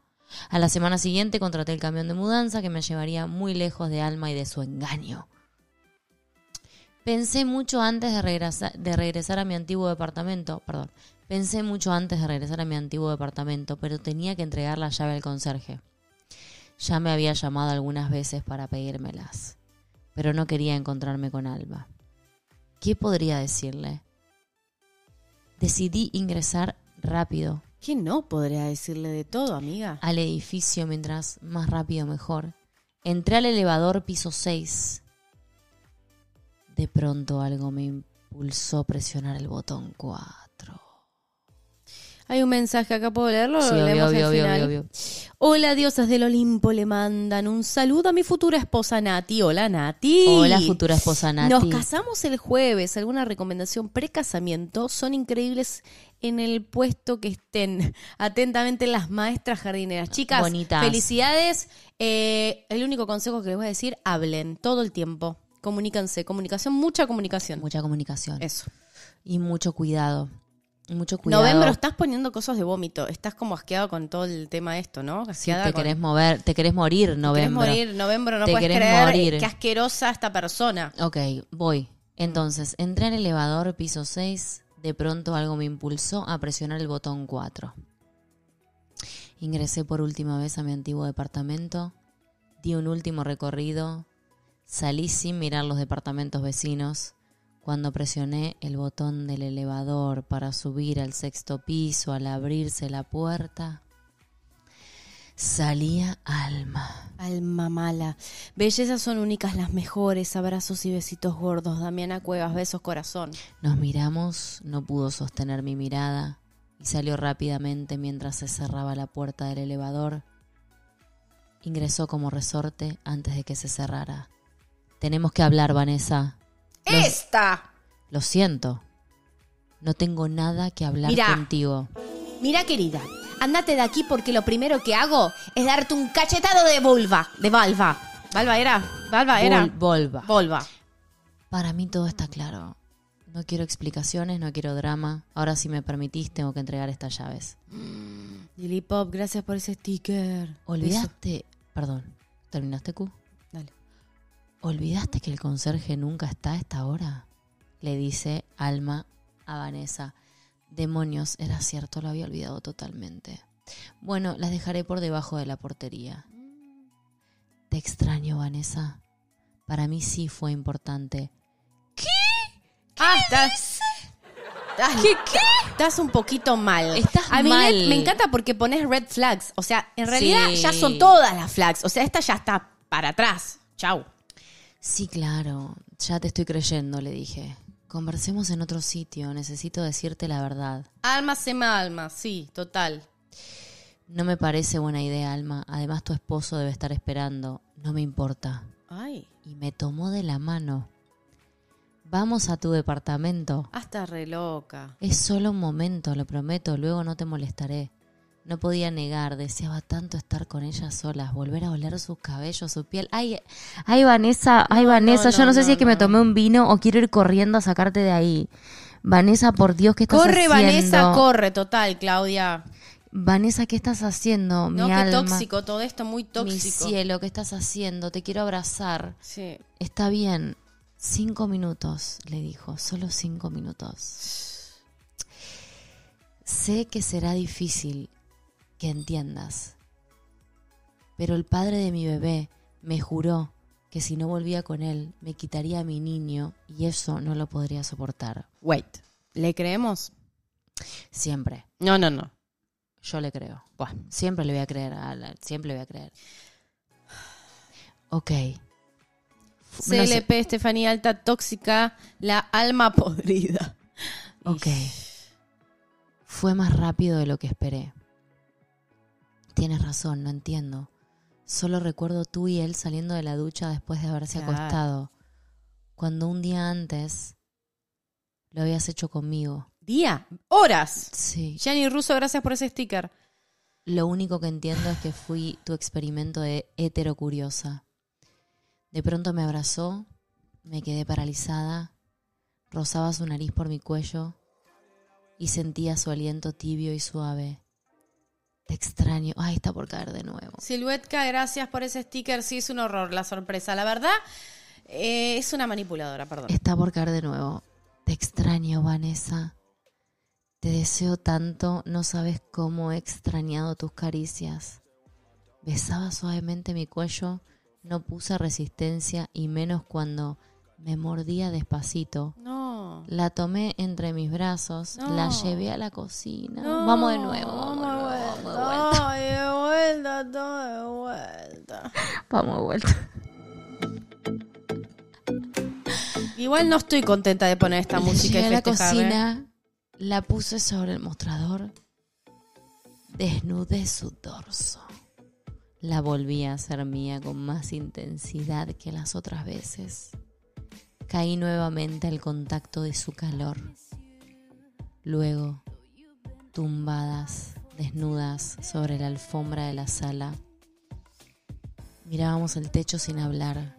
A la semana siguiente contraté el camión de mudanza que me llevaría muy lejos de Alma y de su engaño. Pensé mucho antes de regresa- de regresar a mi antiguo departamento, perdón, pensé mucho antes de regresar a mi antiguo departamento, pero tenía que entregar la llave al conserje. Ya me había llamado algunas veces para pedírmelas, pero no quería encontrarme con Alma. ¿Qué podría decirle? Decidí ingresar rápido
¿Qué no podría decirle de todo, amiga?
al edificio mientras más rápido mejor. Entré al elevador piso 6. De pronto algo me impulsó a presionar el botón 4.
Hay un mensaje acá, ¿puedo leerlo?
Sí,
Lo Oh,
obvio,
leemos al
obvio, obvio,
final.
obvio, obvio.
Hola, diosas del Olimpo, le mandan un saludo a mi futura esposa Nati. Hola, Nati.
Hola, futura esposa Nati.
Nos casamos el jueves. ¿Alguna recomendación precasamiento? Son increíbles en el puesto que estén. Atentamente las maestras jardineras. Chicas,
Bonitas.
felicidades. Eh, el único consejo que les voy a decir, hablen todo el tiempo. Comunícanse. Comunicación, mucha comunicación.
Mucha comunicación.
Eso.
Y mucho cuidado. Mucho cuidado.
Novembro, estás poniendo cosas de vómito. Estás como asqueado con todo el tema esto, ¿no?
Si
Asqueada
te
con-
querés mover, te querés morir
querés
novembro.
morir, novembro, no
Te
puedes
querés
creer
morir.
eh, qué asquerosa esta persona.
Ok, voy. Entonces, entré al elevador, piso 6. De pronto algo me impulsó a presionar el botón 4. Ingresé por última vez a mi antiguo departamento. Di un último recorrido. Salí sin mirar los departamentos vecinos. Cuando presioné el botón del elevador para subir al sexto piso al abrirse la puerta, salía Alma.
Alma mala. Bellezas son únicas las mejores. Abrazos y besitos gordos. Damiana Cuevas, besos corazón.
Nos miramos, no pudo sostener mi mirada y salió rápidamente mientras se cerraba la puerta del elevador. Ingresó como resorte antes de que se cerrara. Tenemos que hablar, Vanessa.
¡Esta!
Lo siento. No tengo nada que hablar
Mirá.
contigo.
Mira, querida, andate de aquí porque lo primero que hago es darte un cachetado de vulva. De valva. ¿Valva era? ¿Valva Ah, era?
Vol- volva.
Volva.
Para mí todo está claro. No quiero explicaciones, no quiero drama. Ahora si me permitís tengo que entregar estas llaves.
Lily Pop, gracias por ese sticker. Beso.
Olvidaste... Perdón. ¿Terminaste, Q?
Dale.
¿Olvidaste que el conserje nunca está a esta hora? Le dice Alma a Vanessa. Demonios, era cierto, lo había olvidado totalmente. Bueno, las dejaré por debajo de la portería. Te extraño, Vanessa. Para mí sí fue importante.
Ah, estás. estás-
¿Qué, qué?
Estás un poquito mal.
Estás
a mí me-
mal.
Me, encanta porque pones red flags. O sea, en realidad
Sí.
ya son todas las flags. O sea, esta ya está para atrás. Chau.
Sí, claro, ya te estoy creyendo, le dije. Conversemos en otro sitio, necesito decirte la verdad.
Alma sema alma, sí, total.
No me parece buena idea, Alma. Además, tu esposo debe estar esperando. No me importa.
Ay,
Y me tomó de la mano. Vamos a tu departamento.
hasta ah, re loca.
Es solo un momento, lo prometo, luego no te molestaré. No podía negar, deseaba tanto estar con ella solas, volver a oler sus cabellos, su piel. Ay, ay Vanessa, ay Vanessa, yo no, sé si es que me tomé un vino o quiero ir corriendo a sacarte de ahí. Vanessa, por Dios, ¿qué estás
Corre,
haciendo?
Vanessa, corre, total, Claudia.
Vanessa, ¿qué estás haciendo? Mi
no, qué
alma,
tóxico, todo esto muy
mi
tóxico.
cielo, ¿qué estás haciendo? Te quiero abrazar.
Sí.
Está bien, cinco minutos, le dijo, solo cinco minutos. Sé que será difícil que entiendas, pero el padre de mi bebé me juró que si no volvía con él, me quitaría a mi niño y eso no lo podría soportar.
Wait, ¿le creemos?
Siempre,
No, no, no.
yo le creo. Siempre le voy a creer, a la- siempre le voy a creer. Ok. Fu- no sé.
CLP, Estefanía Alta, tóxica, la alma podrida.
Ok. Fue más rápido de lo que esperé. Tienes razón, no entiendo. Solo recuerdo tú y él saliendo de la ducha después de haberse
Claro.
acostado. Cuando un día antes lo habías hecho conmigo.
Día, horas.
Sí.
Gianni Russo, gracias por ese sticker.
Lo único que entiendo es que fui tu experimento de heterocuriosa. De pronto me abrazó, me quedé paralizada, rozaba su nariz por mi cuello y sentía su aliento tibio y suave. Te extraño. Ay, está por caer de nuevo.
Siluetka, gracias por ese sticker. Sí, es un horror la sorpresa. La verdad, eh, es una manipuladora, perdón.
Está por caer de nuevo. Te extraño, Vanessa. Te deseo tanto, no sabes cómo he extrañado tus caricias. Besaba suavemente mi cuello, no puse resistencia y menos cuando me mordía despacito.
No.
La tomé entre mis brazos,
No.
la llevé a la cocina.
No,
vamos de nuevo, vamos, de nuevo, vamos de vuelta.
Ay, de vuelta, todo de vuelta.
Vamos de vuelta.
Igual no estoy contenta de poner esta música
llevé
y
a la
festejar, ¿eh?
cocina, la puse sobre el mostrador, desnudé su dorso. La volví a hacer mía con más intensidad que las otras veces. Caí nuevamente al contacto de su calor. Luego, tumbadas, desnudas sobre la alfombra de la sala, mirábamos el techo sin hablar.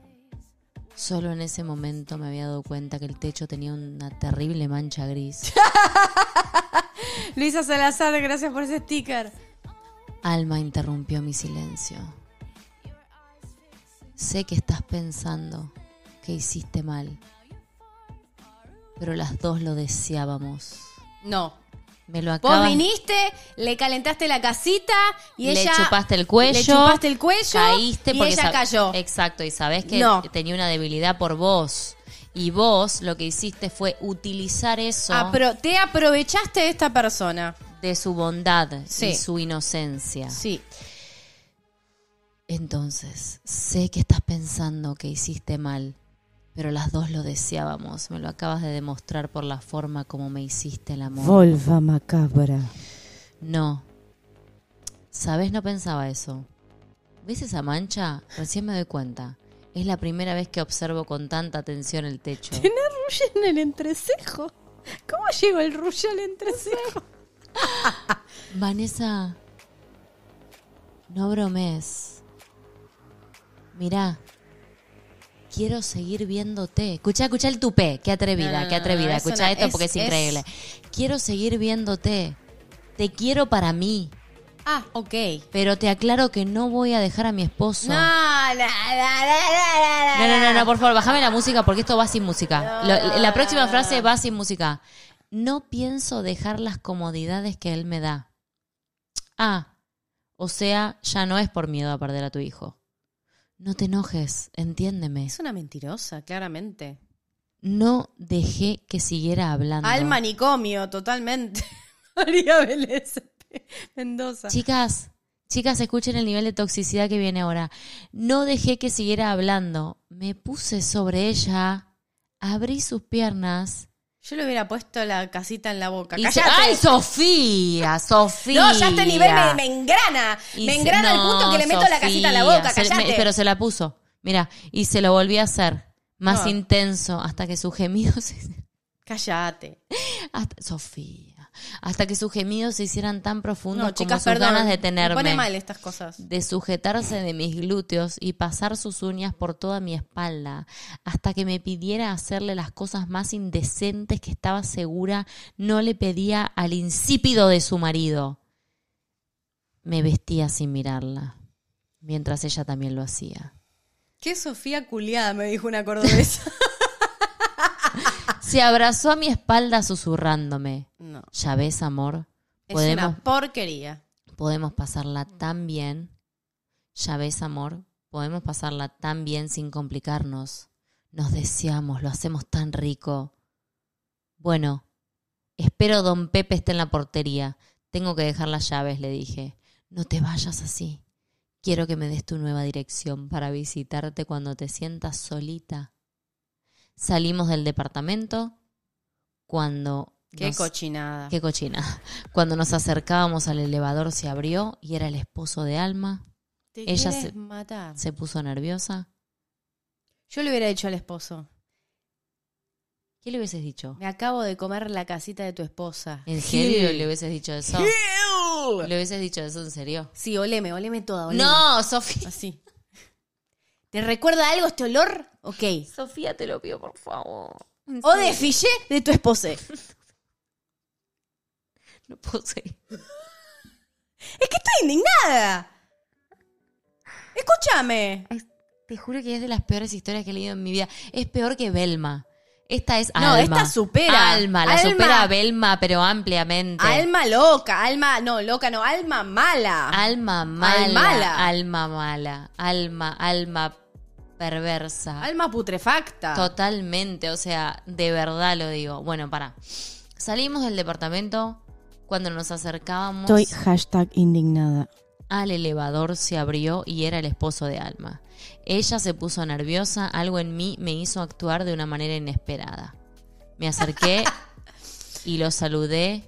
Solo en ese momento me había dado cuenta que el techo tenía una terrible mancha gris.
Luisa Salazar, gracias por ese sticker.
Alma interrumpió mi silencio. Sé que estás pensando que hiciste mal, pero las dos lo deseábamos.
No.
Me lo
Vos
acabas
viniste, le calentaste la casita y
le
ella.
chupaste el cuello,
Le chupaste el cuello.
caíste
y
porque
ella
sab-
cayó.
Exacto, y sabés que
No.
tenía una debilidad por vos. Y vos lo que hiciste fue utilizar eso
Apro- te aprovechaste de esta persona.
de su bondad y
Sí.
su inocencia.
Sí.
Entonces, sé que estás pensando que hiciste mal, pero las dos lo deseábamos. Me lo acabas de demostrar por la forma como me hiciste el amor.
Volva macabra.
No. ¿Sabes? No pensaba eso. ¿Ves esa mancha? Recién me doy cuenta. Es la primera vez que observo con tanta atención el techo.
en el entrecejo. ¿Cómo llegó el ruyo al entrecejo?
Vanessa, no bromes. Mirá, quiero seguir viéndote. Escucha, escucha el tupé. Qué atrevida,
No, no, no,
qué atrevida.
no, eso
escucha
no,
esto
es-
porque es
es-
increíble. Quiero seguir viéndote. Te quiero para mí.
Ah, ok.
Pero te aclaro que no voy a dejar a mi esposo.
No, no, no, no,
No, no, no, no, por favor, bájame la música porque esto va sin música. Lo- la próxima frase va sin música. No pienso dejar las comodidades que él me da. Ah, o sea, ya no es por miedo a perder a tu hijo. No te enojes, entiéndeme.
Es una mentirosa, claramente.
No dejé que siguiera hablando.
Al manicomio, totalmente. María Vélez Mendoza.
Chicas, chicas, escuchen el nivel de toxicidad que viene ahora. No dejé que siguiera hablando. Me puse sobre ella, abrí sus piernas
Yo le hubiera puesto la casita en la boca.
y se-
¡Cállate!
¡Ay, Sofía! ¡Sofía!
No, ya este nivel me, me engrana.
Y
me
se-
engrana al
no,
punto que le meto la casita en la
Sofía,
boca.
se le-
¡Cállate!
me- pero se la puso. Mira, y se lo volví a hacer. Más
No.
intenso hasta que su gemido se...
¡Cállate!
Hasta, Sofía. Hasta que sus gemidos se hicieran tan profundos
No, chicas,
como sus
perdón.
ganas de
Me
tenerme.
pone mal estas cosas.
de sujetarse de mis glúteos y pasar sus uñas por toda mi espalda, hasta que me pidiera hacerle las cosas más indecentes que estaba segura no le pedía al insípido de su marido. Me vestía sin mirarla, mientras ella también lo hacía.
Qué Sofía culiada, me dijo una cordobesa. Ah.
Se abrazó a mi espalda susurrándome.
no.
Ya ves, amor,
Es
podemos,
una porquería.
podemos pasarla tan bien. Ya ves, amor, podemos pasarla tan bien sin complicarnos. Nos deseamos, lo hacemos tan rico. Bueno, espero don Pepe esté en la portería. Tengo que dejar las llaves, le dije. No te vayas así. Quiero que me des tu nueva dirección para visitarte cuando te sientas solita. Salimos del departamento cuando...
Qué
nos-
cochinada.
Qué cochina. Cuando nos acercábamos al elevador se abrió y era el esposo de Alma.
Te
ella
quieres
se-
matar.
Se puso nerviosa.
Yo le hubiera dicho al esposo.
¿Qué le hubieses dicho?
Me acabo de comer la casita de tu esposa.
¿En serio le hubieses dicho eso? ¿Le hubieses dicho eso en serio?
Sí, oleme, oleme toda, oleme.
No, Sofía.
Así. ¿Te recuerda algo este olor? Ok.
Sofía, te lo pido, por favor. En
O de
serio,
fillé de tu esposa. Es
No puedo seguir.
que estoy indignada. Escúchame.
Te juro que es de las peores historias que he leído en mi vida. Es peor que Belma. Esta es
No,
Alma.
esta supera.
Alma, la
Alma-
supera a Belma, pero ampliamente.
Alma loca, alma, no, loca no, alma mala.
Alma mala,
Almala.
alma mala, alma, alma perversa.
alma putrefacta.
Totalmente, o sea, de verdad lo digo. Bueno, para. Salimos del departamento cuando nos acercábamos
hashtag indignada.
al elevador se abrió y era el esposo de Alma. Ella se puso nerviosa, algo en mí me hizo actuar de una manera inesperada. Me acerqué y lo saludé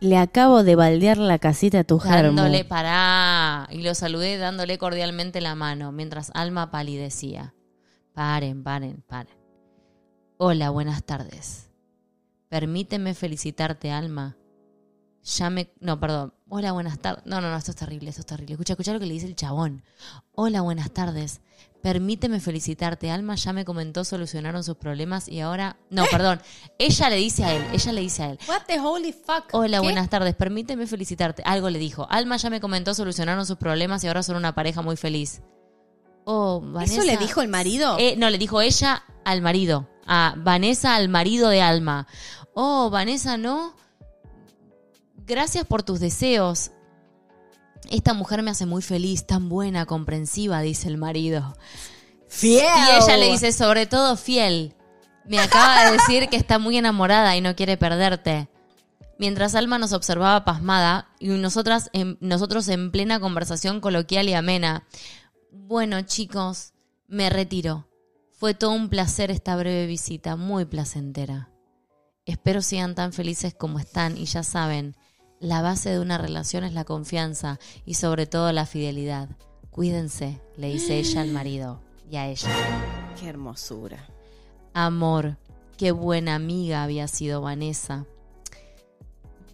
Le acabo de baldear la casita a tu germo.
dándole pará y lo saludé dándole cordialmente la mano mientras Alma palidecía. Paren, paren, paren. Hola, buenas tardes. Permíteme felicitarte, Alma. Ya me no, perdón. Hola, buenas tardes. No, no, no, esto es terrible, esto es terrible. Escucha, escucha lo que le dice el chabón. Hola, buenas tardes. Permíteme felicitarte, Alma. Ya me comentó, solucionaron sus problemas y ahora. No, perdón. Ella le dice a él, ella le dice a él.
What the holy fuck.
Hola,
¿Qué?
buenas tardes. Permíteme felicitarte. Algo le dijo. Alma ya me comentó, solucionaron sus problemas y ahora son una pareja muy feliz. Oh, Vanessa.
¿Eso le dijo el marido?
Eh, no, le dijo ella al marido. A Vanessa, al marido de Alma. Oh, Vanessa, no. Gracias por tus deseos. Esta mujer me hace muy feliz, tan buena, comprensiva, dice el marido.
Fiel.
Y ella le dice, sobre todo fiel. Me acaba de decir que está muy enamorada y no quiere perderte. Mientras Alma nos observaba pasmada y nosotras en- nosotros en plena conversación coloquial y amena. Bueno, chicos, me retiro. Fue todo un placer esta breve visita, muy placentera. Espero sigan tan felices como están y ya saben, la base de una relación es la confianza y sobre todo la fidelidad. Cuídense, le dice ella al marido y a ella.
Qué hermosura.
Amor, qué buena amiga había sido Vanessa.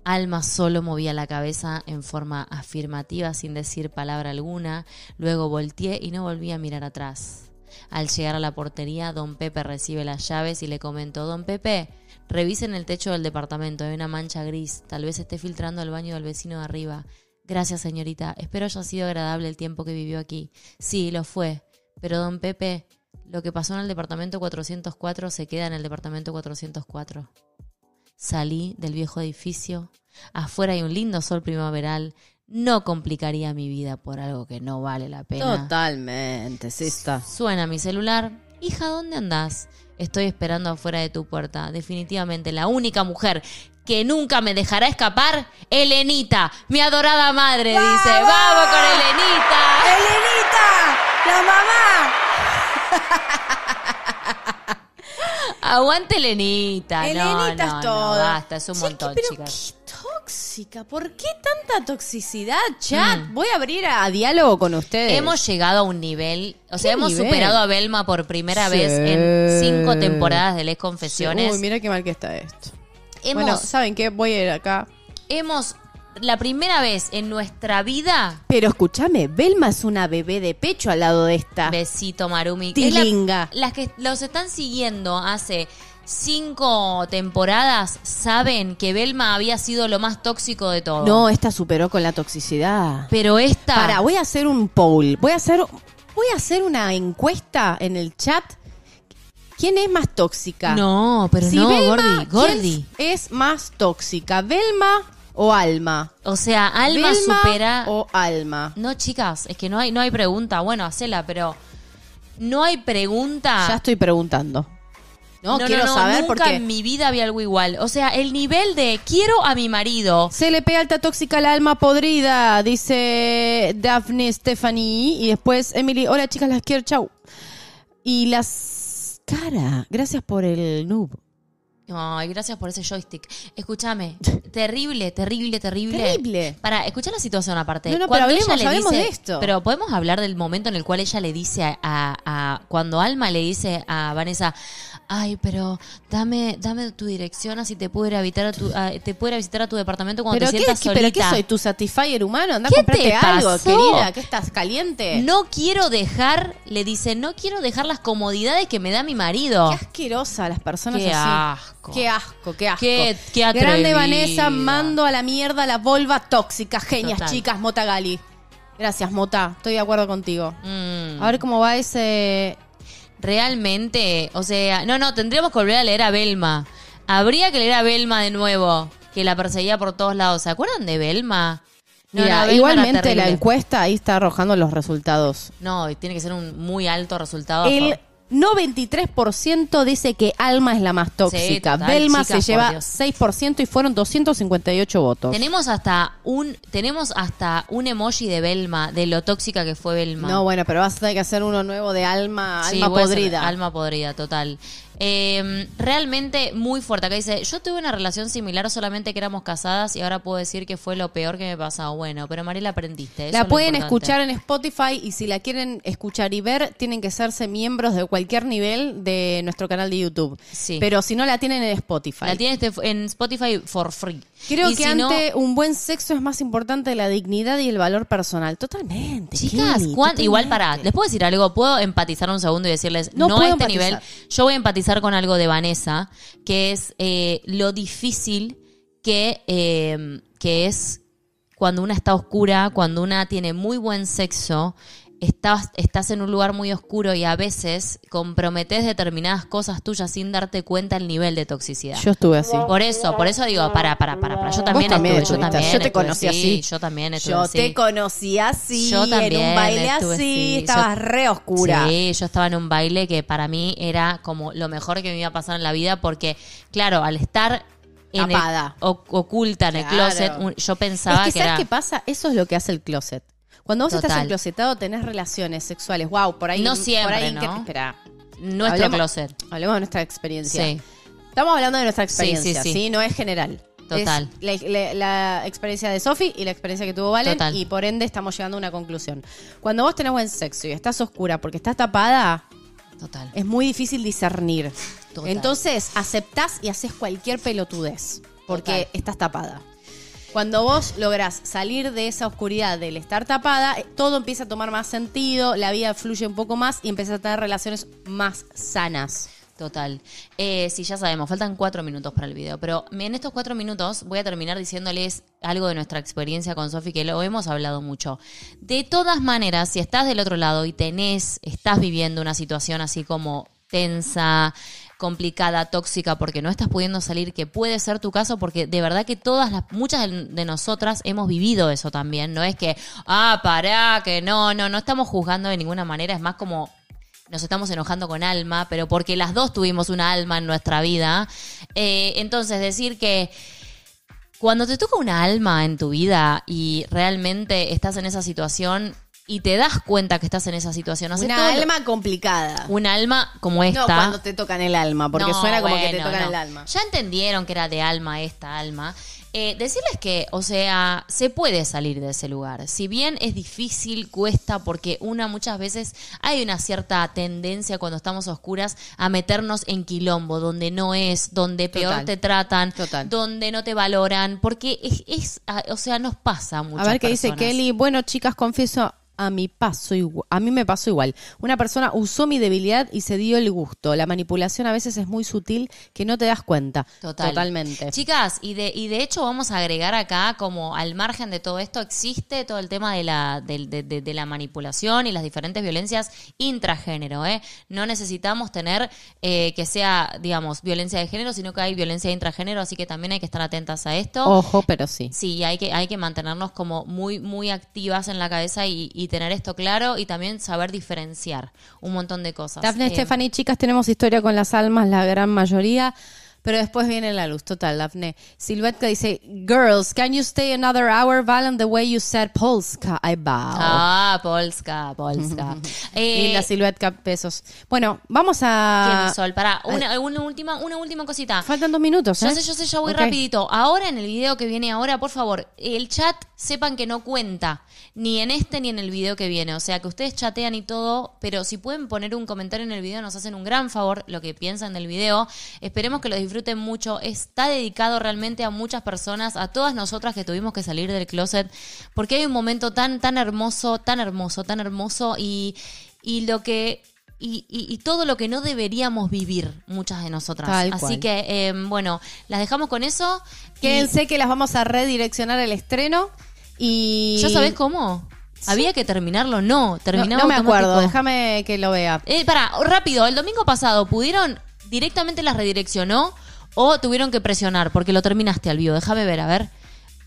Alma solo movía la cabeza en forma afirmativa sin decir palabra alguna, luego volteé y no volví a mirar atrás. Al llegar a la portería, don Pepe recibe las llaves y le comentó, don Pepe, revisen el techo del departamento, hay una mancha gris, tal vez esté filtrando el baño del vecino de arriba. Gracias, señorita. Espero haya sido agradable el tiempo que vivió aquí. Sí, lo fue. Pero, don Pepe, lo que pasó en el departamento 404 se queda en el departamento 404. Salí del viejo edificio. Afuera hay un lindo sol primaveral. No complicaría mi vida por algo que no vale la pena.
Totalmente, sí está.
Suena mi celular. Hija, ¿dónde andás? Estoy esperando afuera de tu puerta. Definitivamente la única mujer que nunca me dejará escapar, Elenita, mi adorada madre, dice. ¡Vamos con Elenita!
¡Elenita! ¡La mamá!
Aguante Elenita. No,
Elenita
no,
es
no,
todo.
basta, es un
Che,
montón,
que- pero
chicas.
qué tóxica. ¿Por qué tanta toxicidad, chat? Voy a abrir a, a diálogo con ustedes.
Mm. Hemos llegado a un nivel, o sea,
¿Qué
hemos
nivel?
superado a Belma por primera
Sí.
vez en cinco temporadas de Les Confesiones.
Uy, mira qué mal que está esto.
hemos,
Bueno, ¿saben qué? Voy a ir acá.
hemos, la primera vez en nuestra vida,
Pero escúchame, Belma es una bebé de pecho al lado de esta.
besito Marumi, Es la-
Tilinga.
las que los están siguiendo hace cinco temporadas saben que Belma había sido lo más tóxico de todo.
No, esta superó con la toxicidad.
Pero esta.
Para, voy a hacer un poll. Voy a hacer, voy a hacer una encuesta en el chat. ¿Quién es más tóxica?
No, pero
Si
no,
Belma,
Gordi,
¿quién
Gordi.
es más tóxica? ¿Belma o Alma?
O sea, Alma
¿Belma
supera.
o Alma?
No, chicas, es que no hay, no hay pregunta. Bueno, hacela, pero. No hay pregunta.
Ya estoy preguntando. No, quiero saber
nunca
porque
en mi vida había algo igual. O sea, el nivel de quiero a mi marido.
se le pega alta tóxica al alma podrida, dice Daphne Stephanie. Y después Emily, hola chicas, las quiero, chau. Y las cara, gracias por el noob.
Ay, gracias por ese joystick. Escúchame, terrible, terrible, terrible.
Terrible.
Para, escuchar la situación aparte.
No, no,
Cuando
pero hablemos,
ella le
hablemos
dice-
de esto.
Pero podemos hablar del momento en el cual ella le dice a, a- a- Cuando Alma le dice a Vanessa, ay, pero dame, dame tu dirección así te puedo ir a, evitar a tu, a- te puedo ir a visitar a tu departamento cuando
¿Pero
te
qué,
sientas
qué- pero qué
solita.
soy? ¿Tu satisfier humano? Anda a
¿Qué
comprarte
te
algo,
pasó?
querida. ¿Qué estás caliente?
No quiero dejar, le dice, no quiero dejar las comodidades que me da mi marido.
Qué asquerosa las personas
Qué
así.
asco.
Qué asco, qué asco.
Qué- qué
Grande
atrevida.
Vanessa, mando a la mierda las volvas tóxicas. Genias,
Total.
chicas, Mota Gali. Gracias, Mota. Estoy de acuerdo contigo.
Mm.
A ver cómo va ese.
Realmente, o sea, no, no, tendríamos que volver a leer a Belma. Habría que leer a Belma de nuevo, que la perseguía por todos lados. ¿Se acuerdan de Belma? No,
Mira,
no, Belma era
igualmente la
terrible.
encuesta ahí está arrojando los resultados.
No, y tiene que ser un muy alto resultado.
El 93% dice que Alma es la más tóxica.
total,
Belma
chicas,
se lleva
por Dios.
6% y fueron 258 votos.
Tenemos hasta un tenemos hasta un emoji de Belma, de lo tóxica que fue Belma.
No, bueno, pero vas a tener que hacer uno nuevo de Alma,
Sí,
alma
voy a hacer
podrida.
Alma podrida, total. Eh, realmente muy fuerte. Acá dice, yo tuve una relación similar, solamente que éramos casadas y ahora puedo decir que fue lo peor que me pasó. Bueno, pero Mariela aprendiste. eso es
La
lo
pueden
importante.
escuchar en Spotify y si la quieren escuchar y ver, tienen que hacerse miembros de cualquier nivel de nuestro canal de YouTube.
Sí.
Pero si no, la tienen en Spotify.
La tienes este- en Spotify for free.
Creo
Y
que
si no-
ante un buen sexo es más importante la dignidad y el valor personal. Totalmente.
Chicas,
Kelly,
¿cuán- igual para,
totalmente.
les puedo decir algo, puedo empatizar un segundo y decirles,
No
no, a
puedo
este
empatizar.
nivel, yo voy a empatizar con algo de Vanessa, que es eh, lo difícil que, eh, que es cuando una está oscura, cuando una tiene muy buen sexo, estás, estás en un lugar muy oscuro y a veces comprometes determinadas cosas tuyas sin darte cuenta el nivel de toxicidad.
Yo estuve así.
Por eso, por eso digo, para, para, para, para. Yo también,
también
estuve, yo
estuviste.
también.
Yo te
estuve
conocí así.
Yo también estuve
Yo
así.
te conocí así,
Yo
en un
también
baile así,
estuve así.
estabas
Yo-
re oscura.
Sí, yo estaba en un baile que para mí era como lo mejor que me iba a pasar en la vida porque, claro, al estar en el-
Tapada.
o- oculta en el
Claro.
closet, un- yo
Es
pensaba
que,
que,
¿sabes
era...
qué pasa? Eso es lo que hace el closet. Cuando vos estás
Total.
enclosetado tenés relaciones sexuales. Wow, por ahí...
No
por
siempre,
ahí,
¿no?
que- Espera.
Nuestro
Hablemos-
closet.
Hablemos de nuestra experiencia.
Sí.
Estamos hablando de nuestra experiencia, sí,
sí, sí.
No es general.
Total.
Es la, la- la experiencia de Sofi y la experiencia que tuvo Valen
Total.
y por ende estamos llegando a una conclusión. Cuando vos tenés buen sexo y estás oscura porque estás tapada,
Total.
es muy difícil discernir.
Total.
Entonces, aceptás y haces cualquier pelotudez porque
Total.
estás tapada. Cuando vos lográs salir de esa oscuridad del estar tapada, eh, todo empieza a tomar más sentido, la vida fluye un poco más y empezás a tener relaciones más sanas.
Total. Eh, sí, ya sabemos, faltan cuatro minutos para el video, pero me- en estos cuatro minutos voy a terminar diciéndoles algo de nuestra experiencia con Sofi, que lo hemos hablado mucho. De todas maneras, si estás del otro lado y tenés, estás viviendo una situación así como tensa, complicada, tóxica, porque no estás pudiendo salir, que puede ser tu caso, porque de verdad que todas las, muchas de, de nosotras hemos vivido eso también, no es que, ah, pará, que no, no, no estamos juzgando de ninguna manera, es más como nos estamos enojando con alma, pero porque las dos tuvimos una alma en nuestra vida. Eh, entonces, decir que cuando te toca una alma en tu vida y realmente estás en esa situación y te das cuenta que estás en esa situación, haces
Una
todo lo-
alma complicada.
un alma como esta.
No cuando te tocan el alma, porque
No,
suena como que te
bueno,
tocan
no.
el alma.
Ya entendieron que era de alma esta alma. Eh, decirles que, o sea, se puede salir de ese lugar. Si bien es difícil, cuesta, porque una muchas veces hay una cierta tendencia cuando estamos oscuras a meternos en quilombo, donde no es, donde peor
Total.
te tratan,
Total.
donde no te valoran, porque es, es, ah, o sea, nos pasa a
A
muchas
ver qué dice
personas.
Kelly. Bueno, chicas, confieso, a mi paso igu- a mí me pasó igual. Una persona usó mi debilidad y se dio el gusto. La manipulación a veces es muy sutil que no te das cuenta.
Total.
Totalmente.
Chicas, y de, y de hecho vamos a agregar acá, como al margen de todo esto, existe todo el tema de la, del- de, de- de la manipulación y las diferentes violencias intragénero. ¿eh? No necesitamos tener eh, que sea, digamos, violencia de género, sino que hay violencia intragénero, así que también hay que estar atentas a esto.
Ojo, pero sí.
Sí, hay que, hay que mantenernos como muy, muy activas en la cabeza y, y tener esto claro y también saber diferenciar un montón de cosas.
Dafne,
Eh,
Stephanie, chicas, tenemos historia con las almas, la gran mayoría. Pero después viene la luz, total, Dafne. Silvetka dice, Girls, can you stay another hour? Valen the way you said Polska, I bow.
Ah, Polska, Polska. Eh,
Linda Silvetka, pesos. Bueno, vamos
Tiene
a...
el sol. Pará, una, una última, una última cosita.
Faltan dos minutos,
Yo
¿eh?
sé, yo sé, ya voy
Ok.
rapidito. Ahora en el video que viene ahora, por favor, el chat sepan que no cuenta, ni en este ni en el video que viene. O sea, que ustedes chatean y todo, pero si pueden poner un comentario en el video, nos hacen un gran favor lo que piensan del video. Esperemos que lo disfruten mucho. Está dedicado realmente a muchas personas, a todas nosotras que tuvimos que salir del closet, porque hay un momento tan, tan hermoso, tan hermoso, tan hermoso y, y lo que... Y, y- y todo lo que no deberíamos vivir muchas de nosotras.
Tal
Así
cual.
que que, eh, bueno, las dejamos con eso.
Quédense que las vamos a redireccionar al estreno y...
Y- ¿Ya sabés cómo? ¿Había que terminarlo? No,
No,
terminaba
no me acuerdo,
automático.
déjame que lo vea.
Eh, pará, rápido, el domingo pasado, ¿pudieron directamente las redireccionó o tuvieron que presionar? Porque lo terminaste al vivo, déjame ver, a ver.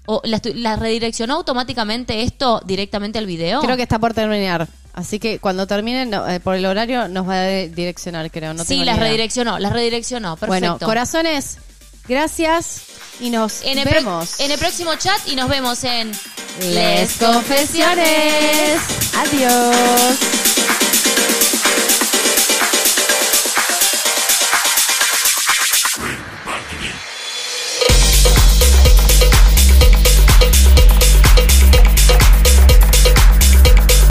¿O las, tu- las redireccionó automáticamente esto directamente al video?
Creo que está por terminar. Así que cuando termine, no, eh, por el horario, nos va a direccionar, creo. No
sí,
tengo
las
ni idea.
redireccionó, las redireccionó, perfecto.
Bueno, corazones, gracias y nos
en el, pro-
vemos.
en el próximo chat y nos vemos en
Les Confesiones. Adiós.